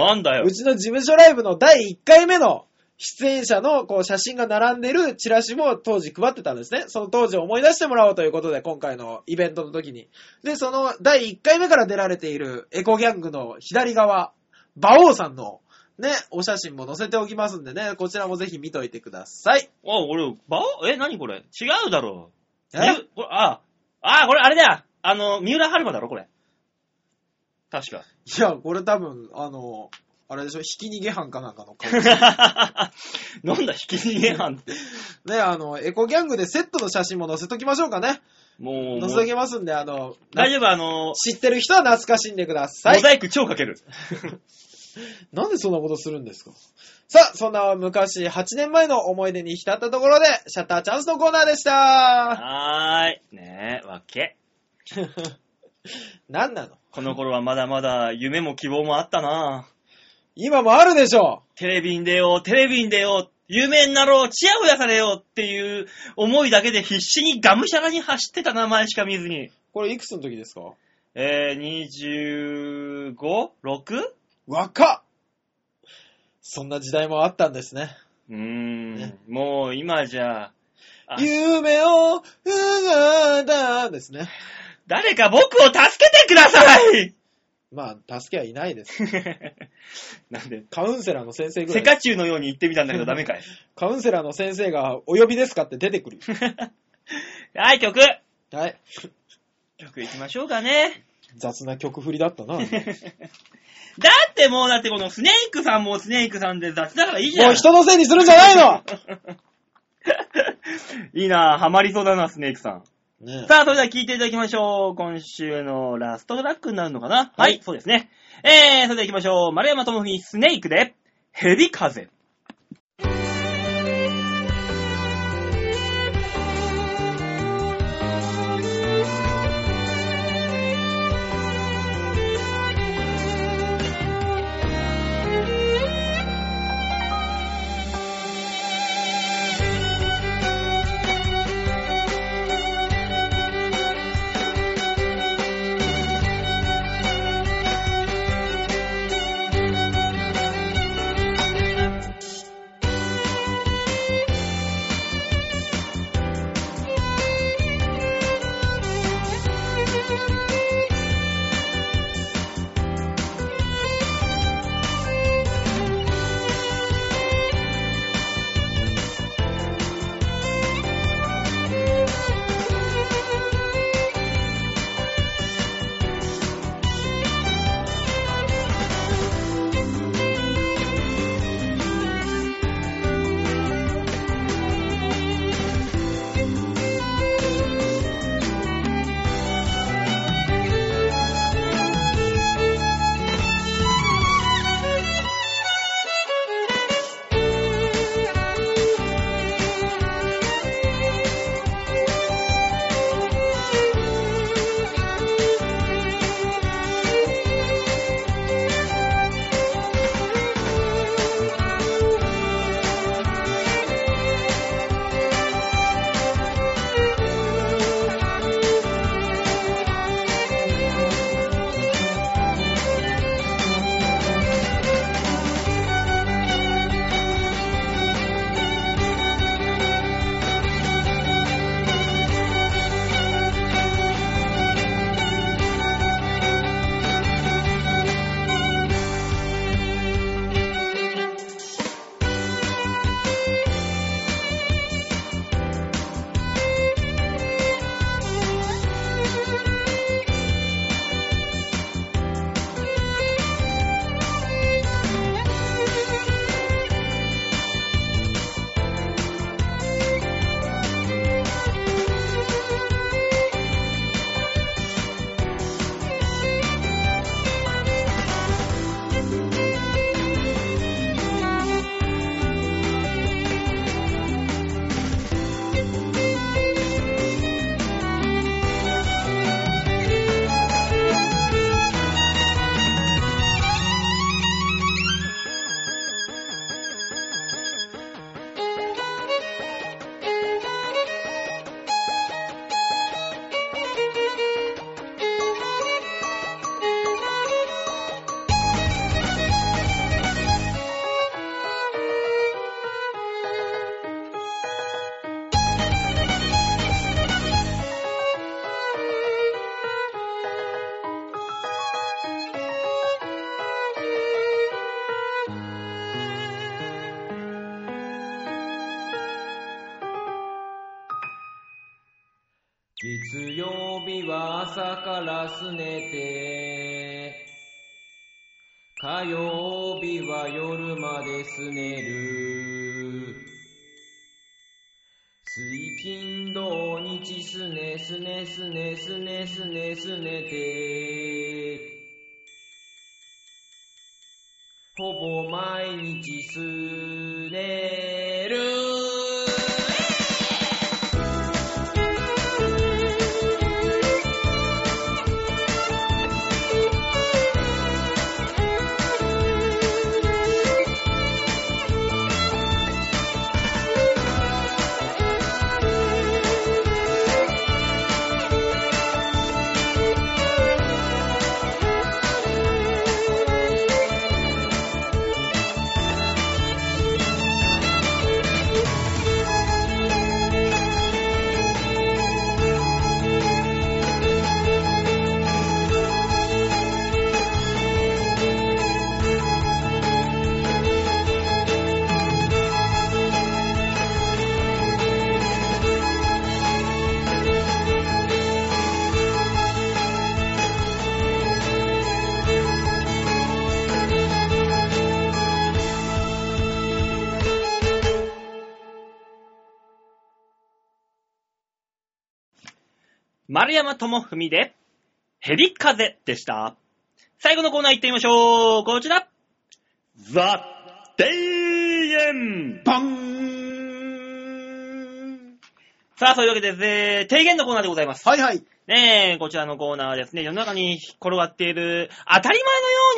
C: よ
B: なんだよ
C: う。ちの事務所ライブの第1回目の出演者のこう写真が並んでるチラシも当時配ってたんですね。その当時を思い出してもらおうということで、今回のイベントの時に。で、その第1回目から出られているエコギャングの左側、馬王さんのね、お写真も載せておきますんでね、こちらもぜひ見といてください。
B: あ、俺、ば、え、何これ違うだろう。
C: え
B: みゆこれあ、あ、これあれだよ。あの、三浦春馬だろ、これ。確か。
C: いや、これ多分、あの、あれでしょ、ひき逃げ犯かなんか の 顔。
B: なんだ、ひき逃げ犯って。
C: ね、あの、エコギャングでセットの写真も載せときましょうかね。
B: もう、
C: 載
B: も
C: せ
B: う
C: ときますんで、あの、
B: 大丈夫、あの、
C: 知ってる人は懐かしんでくださ
B: モ
C: い。
B: ザイク超かける。
C: なんでそんなことするんですかさあ、そんな昔8年前の思い出に浸ったところで、シャッターチャンスのコーナーでし た。
B: はーい。ねえ、わけ。
C: なんなの
B: この頃はまだまだ夢も希望もあったな
C: 今もあるでしょ
B: テレビに出よう、テレビに出よう、夢になろう、チヤホヤされようっていう思いだけで必死にがむしゃらに走ってた名前しか見ずに。
C: これいくつの時ですか
B: えー、25?6?
C: 若っそんな時代もあったんですね。
B: うーん
C: ね、
B: もう今じゃ、あ
C: 夢を、うがだですね。
B: 誰か僕を助けてください
C: まあ、助けはいないです。
B: なん で、
C: カウンセラーの先生ぐら
B: セ
C: い。
B: カチュウのように言ってみたんだけどダメか い。
C: カウンセラーの先生が、お呼びですかって出てくるよ。
B: はい、曲
C: はい。
B: 曲行きましょうか ね。
C: 雑な曲振りだったな。
B: だってもう、だってこのスネークさんもスネークさんで雑だからいいじゃん。
C: もう人のせいにするんじゃないの
B: いいなぁ、ハマりそうだな、スネークさん。
C: ね
B: さあ、それでは聴いていただきましょう。今週のラストトラックになるのかな、は
C: はい
B: い、そうですね。えー、それでは行きましょう。丸山智文、スネークで、ヘビ風。
D: 月曜日は朝からすねて火曜日は夜まですねる水金土日すねすねすねすねすねすねてほぼ毎日すねる
B: 丸山智文で、ヘリ風でした。最後のコーナー行ってみましょう。こちら。ザ・デイエン
C: バン
B: さあ、そういうわけでですね、提言のコーナーでございます。
C: はいはい。
B: ねえ、こちらのコーナーはですね、世の中に転がっている、当たり前のよ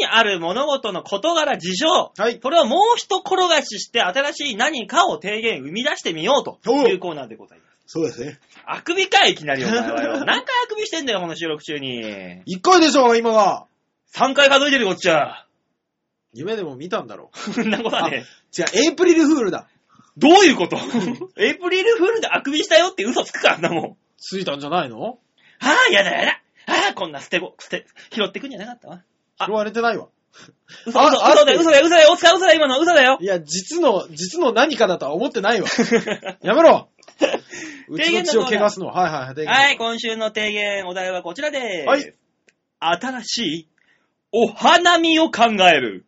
B: うにある物事の事柄、事象。
C: はい。
B: これをもう一転がしして、新しい何かを提言、生み出してみようと
C: おう
B: いうコーナーでございます。
C: そうですね。
B: あくびかい、いきなりお前は よ。何回あくびしてんだよ、この収録中に。
C: 一回でしょ、今は。
B: 3回数えてる、こっちは。
C: 夢でも見たんだろ
B: そんなことはね。
C: う。違う、エイプリルフールだ。
B: どういうこと エイプリルフールであくびしたよって嘘つくからな、も
C: ついたんじゃないの
B: う。はあ、やだやだ。ああ、こんな捨て子、捨て、拾ってくんじゃなかったわ。あ
C: 拾われてないわ。
B: 嘘、
C: あ
B: 嘘、
C: あ
B: 嘘だよ、嘘だよ、嘘だよ、大塚、嘘だよ、今の嘘だよ。
C: いや、実の、実の何かだとは思って ないわ。やめ ろうちの血を汚すのは。はいはいはい。
B: はい、今週の提言、お題はこちらです。
C: はい
B: 新しいお花見を考える。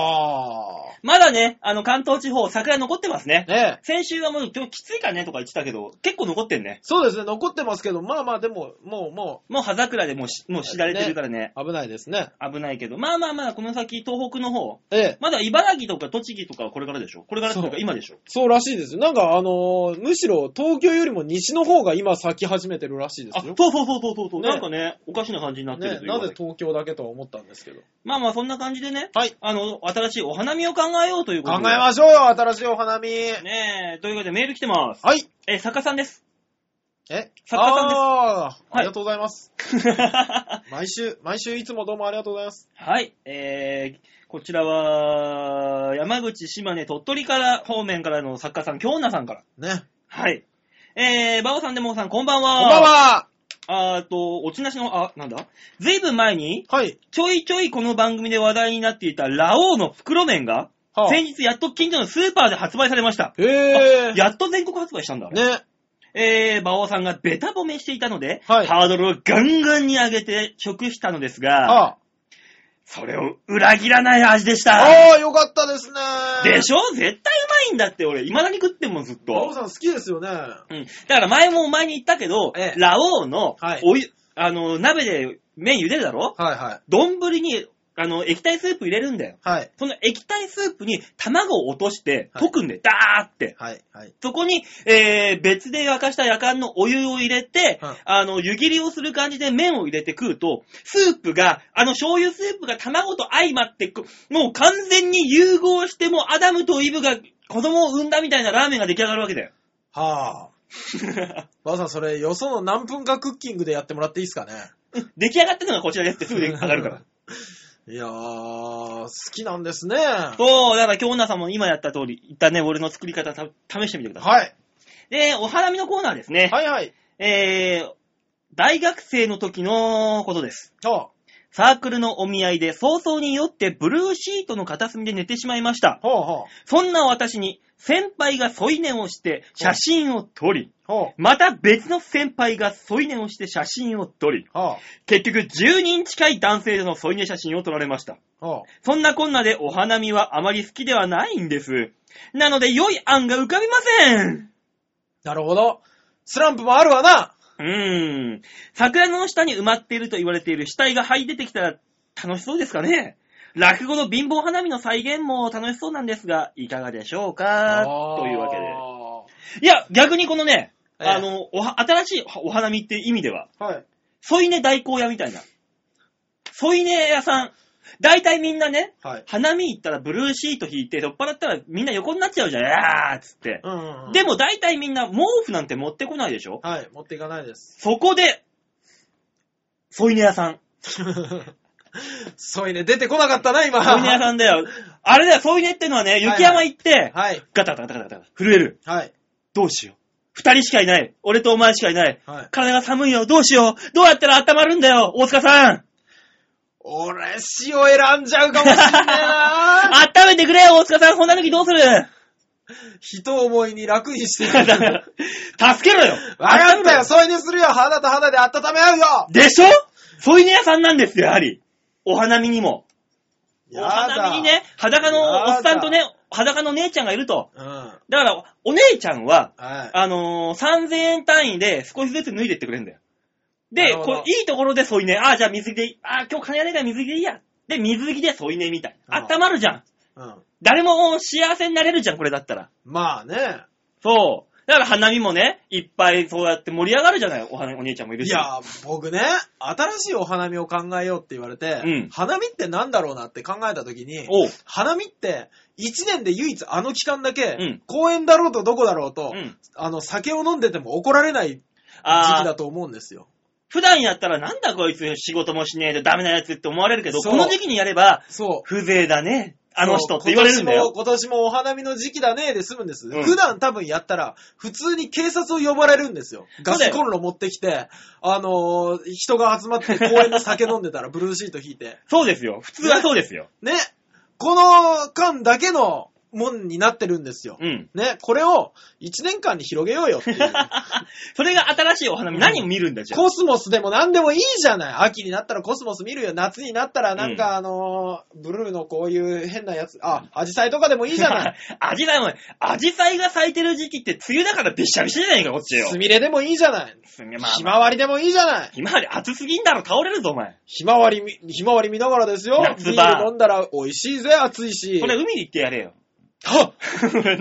C: あ
B: まだね、あの、関東地方、桜残ってますね
C: ー。。ねえ。
B: 先週はもう今日きついかねとか言ってたけど、結構残ってんね。
C: そうですね、残ってますけど、まあまあでも、もう、も
B: もう葉桜でもうし、もうしだれてるからね。
C: う、危ないですね。
B: 危ないけど。まあまあまあ、この先、東北の方。
C: ええ。
B: まだ茨城とか栃木とかはこれからでしょこれからという
C: そ
B: か
C: う
B: 今でしょ
C: そうらしいですよ。なんか、あのーむしろ東京よりも西の方が今咲き始めてるらしいで
B: あ、そ
C: す
B: う
C: よ。
B: そうそうそうそうそう、
C: ね
B: なんかね、おかしな感じになってる
C: ね
B: という
C: な
B: か
C: ぜ東京だけとは思ったんですけど。
B: まあまあ、そんな感じでね。
C: はい。
B: あの、新しいお花見を考えようというこ
C: 考
B: と
C: え
B: で。
C: ましょうよ、新しいお花見。
B: ねえ、ということでメール来てます。
C: はい。
B: え、作家さん です。
C: え
B: 作家さんです
C: あー
B: はい
C: ありがとうございます。毎週、毎週いつもどうもありがとうございます。
B: はい、えー、こちらは、山口、島根、鳥取から、方面からの作家さん、京奈さんから。
C: ね。
B: はい。えー、バオさん、デモさん、こんばんは。
C: こんばんは
B: あーっと、おちなしの、あ、なんだずいぶん前に、
C: はい。
B: ちょいちょいこの番組で話題になっていた、ラオウの袋麺が、
C: はあ、
B: 先日やっと近所のスーパーで発売されました。
C: へえ。
B: やっと全国発売したんだ。
C: ね。
B: えー、馬王さんがベタ褒めしていたので、
C: はい
B: ハードルをガンガンに上げて食したのですが、
C: あ
B: それを裏切らない味でし
C: あ。
B: た。
C: ああ、よかったですね。
B: で
C: ょ
B: しょ絶対うまいんだって俺、未だに食ってんもんずっ
C: バオ
B: と。
C: さん好きですよね。
B: うん。だから前もお前に言ったけど、
C: ええ
B: ラオウの
C: はい
B: お湯、あの、鍋で麺茹でるだろ
C: はいはい。
B: 丼に、あの、液体スープ入れるんだよ。
C: はい。
B: その液体スープに卵を落として、
C: はい
B: 溶くんで、ダーって。
C: はい。はい。
B: そこに、えー、別で沸かした夜間のお湯を入れて、
C: うん
B: あの、湯切りをする感じで麺を入れて食うと、スープが、あの醤油スープが卵と相まってこう、もう完全に融合して、もうアダムとイブが子供を産んだみたいなラーメンが出来上がるわけだよ。
C: はあ。バオさん、それ、よその何分かクッキングでやってもらっていいですかね。
B: 出来上がったのがこちらですってすぐ出来上がるから。
C: いやー、好きなんですね。
B: そう、だから今日女さんも今やった通り、一旦ね、俺の作り方た試してみてください。
C: はい。
B: で、お花見のコーナーですね。
C: はいはい。
B: えー、大学生の時のことです。
C: は
B: サークルのお見合いで早々に酔ってブルーシートの片隅で寝てしまいました。
C: ほうほう。
B: そんな私に先輩が添い寝をして写真を撮り、
C: ほ
B: また別の先輩が添い寝をして写真を撮り、
C: う。ほ
B: 結局10人近い男性との添い寝写真を撮られました。
C: う。ほ
B: そんなこんなでお花見はあまり好きではないんです。なので良い案が浮かびません。
C: う。なるほど。スランプもあるわな。
B: うーん。桜の下に埋まっていると言われている死体が這い出てきたら楽しそうですかね落語の貧乏花見の再現も楽しそうなんですが、いかがでしょうかというわけで。いや、逆にこのね、
C: ええ
B: あの、おは新しいお花見って意味では、
C: で。はい。
B: 添い寝代行屋みたいな。添い寝屋さん。大体みんなね、
C: はい。
B: 花見行ったらブルーシート引いて、酔っ払ったらみんな横になっちゃうじゃん、やーっつって。
C: うんうんうん。
B: でも大体みんな毛布なんて持ってこないでしょ
C: はい、持っていかないです。
B: そこで、添い寝屋さん。
C: そういね、出てこなかったな、今。
B: 添い寝屋さんだよ。あれだよ、添い寝ってのはね、雪山行って、
C: はい、
B: ガタガタガタガタガタ震える。
C: はい、
B: どうしよう。二人しかいない。俺とお前しかいない。
C: はい。
B: 体が寒いよ。どうしよう。どうやったら温まるんだよ、大塚さん。
C: 俺、死を選んじゃうかもしんねえ な
B: 温めてくれよ、大塚さん。こんな時どうす る
C: 人思いに楽にして
B: だか
C: る。
B: ら助けろよ。
C: わかったよ、
B: そ
C: 添い寝するよ、肌と肌で温め合うよ
B: でしょ添い寝屋さんなんですよ、やはり。お花見にも。お
C: やだ
B: 花見にね、裸のおっさんとね、裸の姉ちゃんがいると。
C: うん、は
B: だから、お姉ちゃんは、
C: い。
B: あのー、3000円単位で少しずつ脱いでってくれるんだよ。
C: な
B: で、
C: るほど
B: こういいところで添い寝。ああ、じゃあ水着でいい。ああ、今日金がねえから水着でいいや。で、水着で添い寝みたい。
C: うん
B: 温まるじゃん。
C: うん。
B: 誰も幸せになれるじゃん、これだったら。
C: まあね。
B: そう。だから花見もね、いっぱいそうやって盛り上がるじゃない、お花お姉ちゃんもいる
C: い
B: し。
C: や、僕ね、新しいお花見を考えようって言われて、
B: うん
C: 花見ってなんだろうなって考えた時に、
B: おう。
C: 花見って、一年で唯一あの期間だけ、
B: うん
C: 公園だろうとどこだろうと、
B: うん。
C: あの、酒を飲んでても怒られない時期
B: あ
C: だ
B: あ、
C: と思うんですよ。
B: 普段やったらなんだこいつ仕事もしねえでダメなやつって思われるけど、
C: そう
B: この時期にやれば、
C: そう。
B: 風情だね、あの人って言われるんだ
C: そう
B: よ。
C: 今年も今年もお花見の時期だねで済むんです。
B: うん
C: 普段多分やったら、普通に警察を呼ばれるんですよ。ガ
B: そうだ
C: ス
B: よ
C: コンロ持ってきて、あのー人が集まって公園の酒飲んでたらブルーシート引いて。
B: そうですよ。普通はそうですよ。
C: ね。この間だけのもんになってるんですよ。
B: うん。
C: ね。これを1年間に広げようよっ ていう。
B: それが新しいお花見、何を見るんだじゃん。
C: コスモスでも何でもいいじゃない。秋になったらコスモス見るよ。夏になったらなんかあのーブルーのこういう変なやつ、あ、アジサイとかでもいいじゃない。
B: アジサイも、アジサイが咲いてる時期って梅雨だからびっしゃびしゃじゃないか、こっちよ。
C: スミレでもいいじゃない。
B: すみま
C: ひ
B: あ、
C: まわりでもいいじゃない。
B: ひまわり暑すぎんだろ、倒れるぞ、お前。
C: ひまわりみ、ひまわり見ながらですよ。
B: 夏場
C: ビール飲んだら美味しいぜ、暑いし
B: こ。れ海に行ってやれよ。
C: あ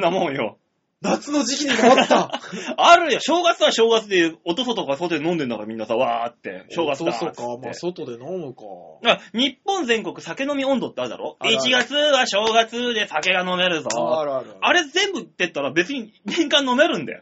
B: なもんよ。
C: 夏の時期にもあった。
B: あるよ、正月は正月で、おとそとか外で飲んでんだからみんなさ、わーって、 正月だ
C: そうか
B: っつっ、て
C: まあ外で飲むか。
B: だから日本全国酒飲み温度ってあるだろ
C: あるあ
B: ?1
C: る
B: 月は正月で酒が飲める
C: あ
B: ぞ。
C: るある。
B: あれ全部ってったら別に年間飲めるんだよ。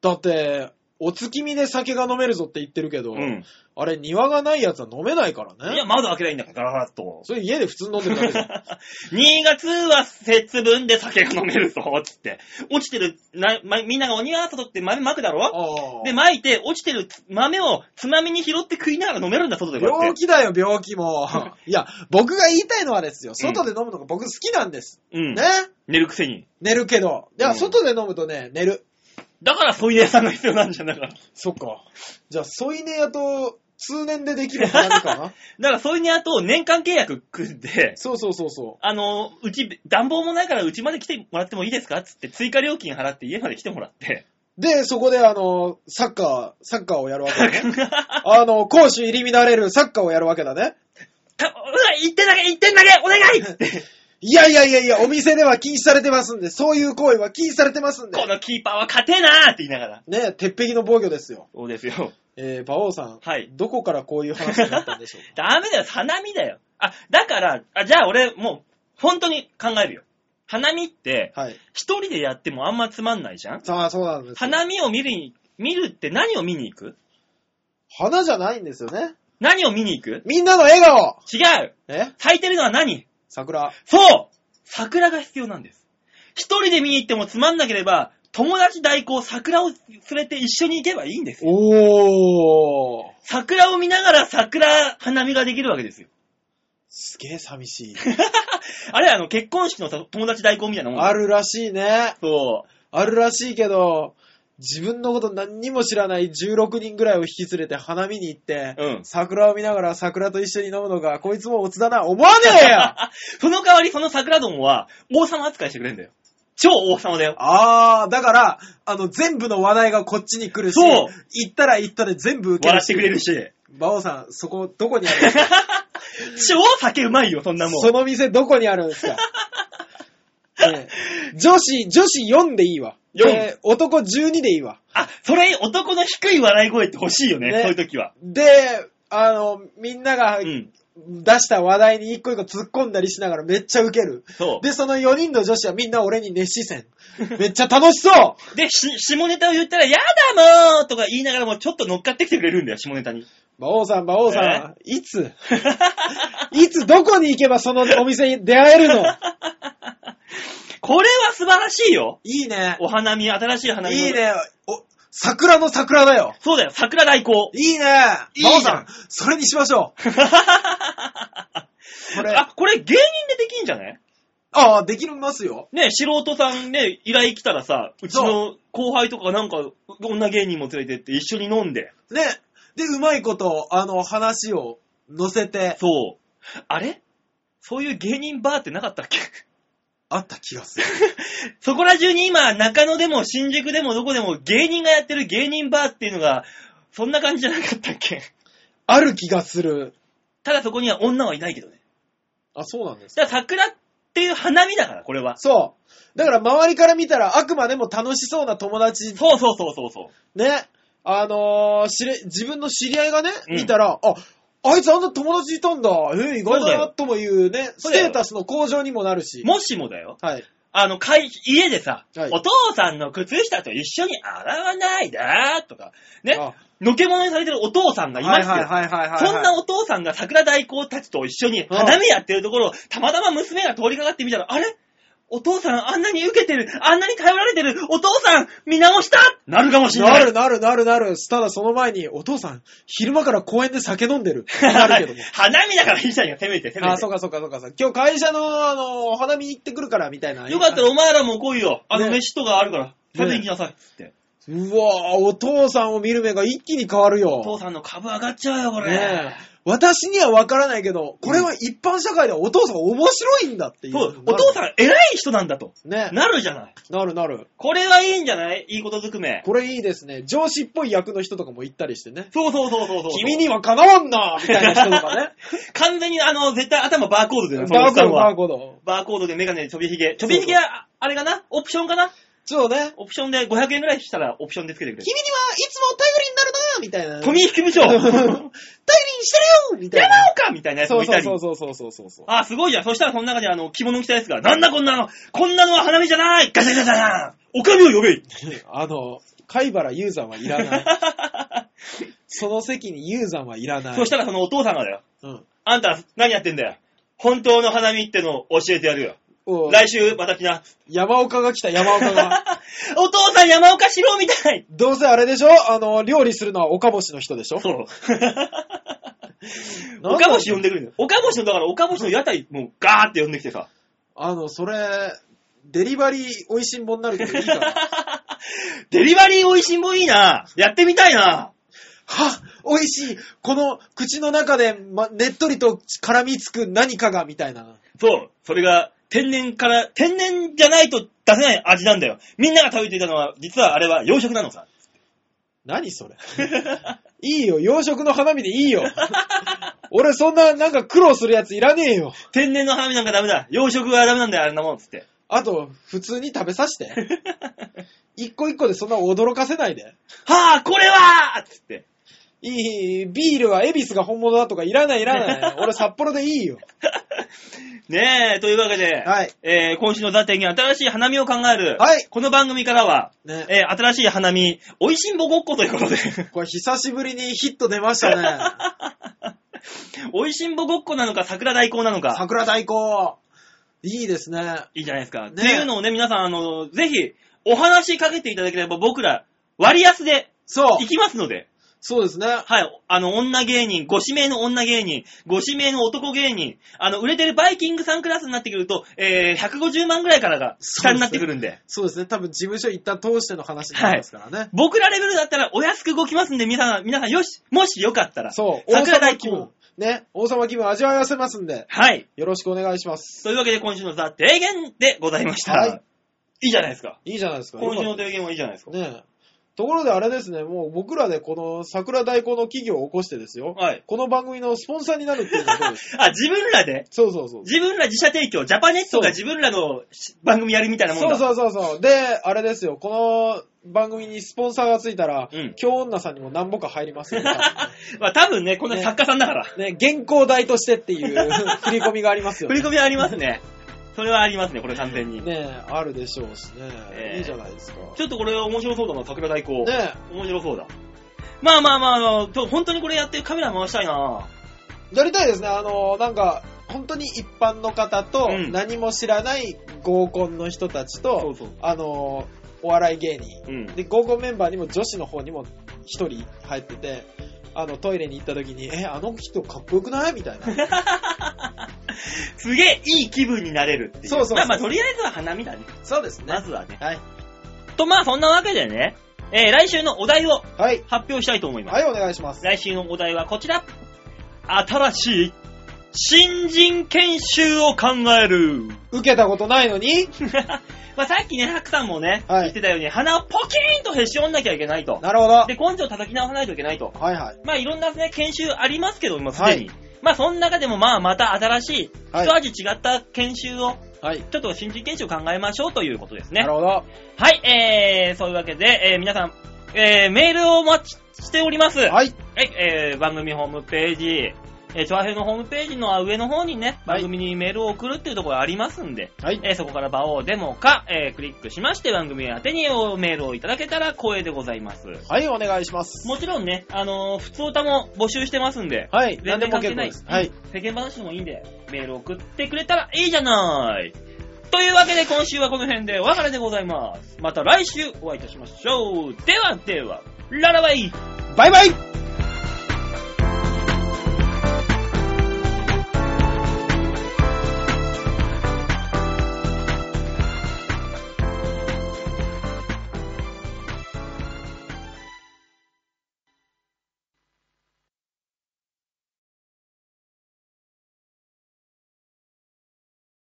C: だって、お月見で酒が飲めるぞって言ってるけど、
B: うん。
C: あれ庭がないやつは飲めないからね。
B: いや、窓開けないいんだから、ガラガラッと。
C: それ家で普通に飲んでるだけじゃん。
B: 2月は節分で酒が飲めるぞ、つって。落ちてる、な、ま、みんなが鬼わーっと取って豆まくだろ
C: ああ
B: で、巻いて、落ちてる豆をつまみに拾って食いながら飲めるんだ、外でこうや
C: 病
B: って。
C: 気だよ、病気も。いや、僕が言いたいのはですよ、外で飲むのが僕好きなんです。
B: うん
C: ね。
B: 寝るくせに。
C: 寝るけど。いうや、
B: ん
C: 外で飲むとね、寝る。
B: だから、そういう屋さんが必要なんじゃんだから。
C: そっか。じゃあ、添い寝屋と通年でできる花見か な
B: だから、そういう屋と年間契約組んで、
C: そうそうそうそ
B: あの、うち、暖房もないから、うちまで来てもらってもいいですかつって、追加料金払って家まで来てもら って。
C: う。で、そこであの、サッカー、サッカーをやるわけ だね。あの、攻守入り乱れるサッカーをやるわけだね。
B: たうわ、1点だけ、1点だけ、お願いつって。
C: いやいやいやいや、お店では禁止されてますんで、そういう行為は禁止されてますんで。
B: このキーパーは勝てなーって言いながら。
C: ね、鉄壁の防御ですよ。
B: そうですよ。
C: えー、馬王さん。
B: はい
C: どこからこういう話になったんでしょう
B: ダメだよ、花見だよ。あ、だから、あじゃあ俺、もう、本当に考えるよ。花見って、
C: かはい。
B: 一人でやってもあんまつまんないじゃん
C: さあ、そうなんですよ。
B: 花見を見るに、見るって何を見に行く
C: 花じゃないんですよね。
B: 何を見に行く
C: みんなの笑顔
B: 違う
C: え
B: 咲いてるのは何
C: 桜。
B: そう桜が必要なんです。一人で見に行ってもつまんなければ、友達代行桜を連れて一緒に行けばいいんですよ。
C: おー。
B: 桜を見ながら桜花見ができるわけですよ。
C: すげえ 寂しい。
B: あれ、あの、結婚式のさ友達代行みたいなもん
C: あるらしいね。
B: そ
C: あるらしいけど、自分のこと何にも知らない16人ぐらいを引き連れて花見に行って、
B: うん
C: 桜を見ながら桜と一緒に飲むのが、こいつもオツだな、思わねえよ
B: う。その代わり、その桜どもは、王様扱いしてくれるんだよ。超王様だよ。
C: あー、だから、あの、全部の話題がこっちに来るし、
B: そう
C: 行ったら行ったで全部受け
B: 笑
C: る
B: っ
C: し、
B: てくれるし。
C: バオさん、そこどこにあるんですか
B: 超酒うまいよ、そんなもん。
C: その店どこにあるんです かねえ女子、女子4でいいわ。
B: 4
C: で男12でいいわ。
B: あ、それ、男の低い笑い声って欲しいよね、
C: ね
B: そういう時は。
C: で、あの、みんなが
B: うん。
C: 出した話題に一個一個突っ込んだりしながらめっちゃウケる。
B: そう。
C: で、その4人の女子はみんな俺に熱視線。めっちゃ楽しそう
B: で、し、下ネタを言ったら、やだもうとか言いながらも、ちょっと乗っかってきてくれるんだよ、下ネタに。
C: 馬王さん、馬王さん、いつ いつどこに行けばそのお店に出会えるの
B: これは素晴らしいよ。
C: いいね。
B: お花見、新しい花見。
C: いい。ね。お、桜の桜だよ。
B: そうだよ、桜代行。
C: いいね。
B: いいじゃん
C: 馬王さん、それにしまし ょう。これ、
B: あ、これ芸人でできんじゃない
C: ああ、できますよ。
B: ね、素人さんね、依頼来たらさ、うちの後輩とかがなんか、女芸人も連れてって一緒に飲んで。
C: ね。で、うまいこと、あの、話を乗せて、
B: そう。あれそういう芸人バーってなかったっけ
C: あった気がする。
B: そこら中に今、中野でも新宿でもどこでも芸人がやってる芸人バーっていうのが、そんな感じじゃなかったっけ
C: ある気がする。
B: ただそこには女はいないけどね。
C: あ、そうなんです
B: だから桜っていう花見だから、これは。
C: そう。だから周りから見たらあくまでも楽しそうな友達、
B: そうそうそうそうそう。
C: ね。あのー知れ、自分の知り合いがね、
B: うん
C: 見たら、あ、あいつあんな友達いたんだ。えー、意
B: そう
C: 外
B: だ
C: だな、
B: よ
C: ともいうね、
B: そ
C: ス
B: うだよ
C: テータスの向上にもなるし。
B: もしもだよ、
C: はい。
B: あの、会家でさ、
C: はい
B: お父さんの靴下と一緒に洗わないだとか、ね、
C: あ
B: のけものにされてるお父さんがいますよ。
C: はいはいはいはいはい、はい。
B: そんなお父さんが桜大工たちと一緒に花見やってるところを、たまたま娘が通りかかってみたら、あれお父さんあんなに受けてる、あんなに頼られてる、お父さん見直したなるかもしんない。
C: なるなるなるなる。ただその前に、お父さん、昼間から公園で酒飲んでる。なる けども
B: 花見だからいいじゃんよ、せめて、せめて。
C: あ、そうかそうかそうかそう。今日会社の、あのー、お花見に行ってくるから、みたいな。
B: よかったらお前らも来いよ。あの
C: ね
B: 飯とかあるから、食べに来なさい。つって。
C: うわぁ、お父さんを見る目が一気に変わるよ。
B: お父さんの株上がっちゃうよ、これ。
C: ねえ。私には分からないけど、これは一般社会ではお父さん面白いんだっていう。
B: そう、お父さ
C: ん
B: ん偉い人なんだと。
C: ね
B: なるじゃない。
C: なるなる。
B: これはいいんじゃないいいことずくめ。
C: これいいですね。上司っぽい役の人とかも行ったりしてね。
B: そうそうそうそうそう。
C: 君にはかなわんなみたいな人とかね。
B: 完全にあの、絶対頭バーコードだ よね、そのお
C: バ
B: っ
C: ー
B: さ
C: コー
B: ん
C: ド、バ
B: は
C: ー。コード。
B: バーコードでメガネでちょびひげ。ちょびひげは、あれかなオプションかな
C: ちょっとね、
B: オプションで500円ぐらいしたらオプションでつけてくれる。
C: 君にはいつも頼りになるなみたいな。
B: 富井副部長
C: 頼り
B: 山
C: にしてるよみたいな。
B: 岡みたいなやつ
C: そ
B: も
C: う
B: いたり。
C: そうそうそうそうそうそう。
B: あ、すごいじゃん。そしたらその中にあの、着物着たやつが、なんだこんなのこんなのは花見じゃないガシャガシャガシャおかみを呼べ
C: あの、貝原雄山はい らない。その席に雄山はいらない。
B: そしたらそのお父さんがだよ。
C: うん
B: あんた、何やってんだよ。本当の花見ってのを教えてやるよ。
C: おう
B: 来週、また来な。
C: 山岡が来た、山岡が。
B: お父さん、山岡四郎みたい
C: どうせあれでしょあの、料理するのは岡星の人でしょ
B: そう。
C: なんだ
B: 岡星呼んでくるんだよ。岡星の、だから岡星の屋台、もうガーって呼んできてさ。
C: あの、それ、デリバリー美味しんぼになるけどい いから。
B: デリバリー美味しんぼいいな。やってみたいな。
C: は美味しいこの口の中で、ま、ねっとりと絡みつく何かが、みたいな。
B: そう。それが、天然から、天然じゃないと出せない味なんだよ。みんなが食べていたのは、実はあれは洋食な のさ。
C: 何それいいよ、洋食の花見でい いよ。俺そんな、なんか苦労するやついらねえよ。
B: 天然の花見なんかダメだ。洋食はダメなんだよ、あれなもん。つって。
C: あと、普通に食べさせて。一個一個でそんな驚かせないで。
B: はあ、これはつって。
C: いい、ビールは恵比寿が本物だとかいらないいらない。俺札幌 でいいよ。
B: ねえ、というわけで、
C: はい
B: えー今週の座点に新しい花見を考える、
C: はい
B: この番組からは、
C: ね
B: えー新しい花見、美味しんぼごっこということで、
C: これ久しぶりにヒット出ました ね。
B: 美味しんぼごっこなのか桜大行なのか、
C: 桜大行。いいですね。
B: いいじゃないですか。
C: ね
B: っていうのをね、皆さん、あの、ぜひ、お話しかけていただければ僕ら、割安で
C: そう
B: 行。きますので、
C: そうですね。
B: はい、あの、女芸人、ご指名の女芸人、ご指名の男芸人、あの、売れてるバイキングさんクラスになってくると、えー、150万ぐらいからが下になってくるんで、
C: そうですね。多分事務所一旦通しての話になりますからね。
B: 僕らレベルだったらお安く動きますんで、皆さん、皆さん、よし、もしよかったら、
C: そう。王
B: 桜
C: 様
B: 大
C: 気
B: 気
C: 分
B: 分。。
C: ね。王様気分味わわせますんで、
B: はい。
C: よろしくお願いします。
B: というわけで今週のザ・提言でございました。
C: はい
B: い。いじゃないですか。
C: いいじゃないですか。
B: 今週の
C: よかっ
B: 提言はいいじゃないです
C: た
B: か。
C: ねところであれですね、もう僕らでこの桜大根の企業を起こしてですよ。
B: はい。
C: この番組のスポンサーになるっていうのはどうです
B: あ、自分らで
C: そうそうそう。
B: 自分ら自社提供、ジャパネット
C: そう
B: が自分らの番組やるみたいなもん
C: そ
B: だ。
C: うそうそうそう。で、あれですよ、この番組にスポンサーがついたら、
B: うん
C: 京女さんにも何ぼか入りますよ。 ね、
B: まあ多分ね、こんな作家さんだから。
C: 原稿代として っていう振り込みがありますよ
B: 振り
C: ね。
B: 込みはありますね。それはありますね、これ完全に。
C: ねあるでしょうしね、
B: ええ
C: いいじゃないですか。
B: ちょっとこれ面白そうだな、桜大根。
C: ね
B: 面白そうだ。まあまあまああの、と本当にこれやってカメラ回したいな
C: やりたいですね。あの、なんか、本当に一般の方と
B: うん
C: 何も知らない合コンの人たちと、
B: そう。
C: あの、お笑い芸人。
B: うん。
C: で、合コンメンバーにも女子の方にも一人入ってて、あの、トイレに行った時に、え、あの人かっこよくないみたいな。
B: すげえいい気分になれるっていう。
C: そうそうそう
B: まあまあ、とりあえずは花見だね。
C: そうです
B: まずはね。
C: はい。
B: と、まあそんなわけでね、えー来週のお題を
C: はい。
B: 発表したいと思います。
C: はい、お願いします。
B: 来週のお題はこちら。新しい新人研修を考える。
C: 受けたことないのに
B: まあさっきね、ハクさんもね、
C: はい
B: 言ってたように鼻をポキーンとへし折んなきゃいけないと。
C: なるほど。はい
B: で、根性を叩き直さないといけないと。
C: はい。
B: まあいろんなね、研修ありますけど、今すでに。まあその中でもまあまた新しい、
C: はい
B: 一味違った研修を、
C: はい。
B: ちょっと新人研修を考えましょうということですね
C: なる。ほど。
B: はい、えー、そういうわけで、えー、皆さん、えー、メールをお待ちしております。はい、
C: はい。
B: えー、番組ホームページ、えー、チョアヘのホームページの上の方にね、
C: はい
B: 番組にメールを送るっていうところがありますんで、
C: はい。
B: えー、そこから場をデモか、えー、クリックしまして番組宛てにおメールをいただけたら光栄でございます。
C: はい、お願いします。
B: もちろんね、あのー、普通歌も募集してますんで、
C: はい。
B: 全
C: 何で
B: 然関
C: も結
B: 係
C: 構
B: ない
C: です。はい。
B: 世間話でもいいんで、メール送ってくれたらいいじゃない。というわけで今週はこの辺でお別れでございます。また来週お会いいたしましょう。ではでは、ララバイ
C: バイバイ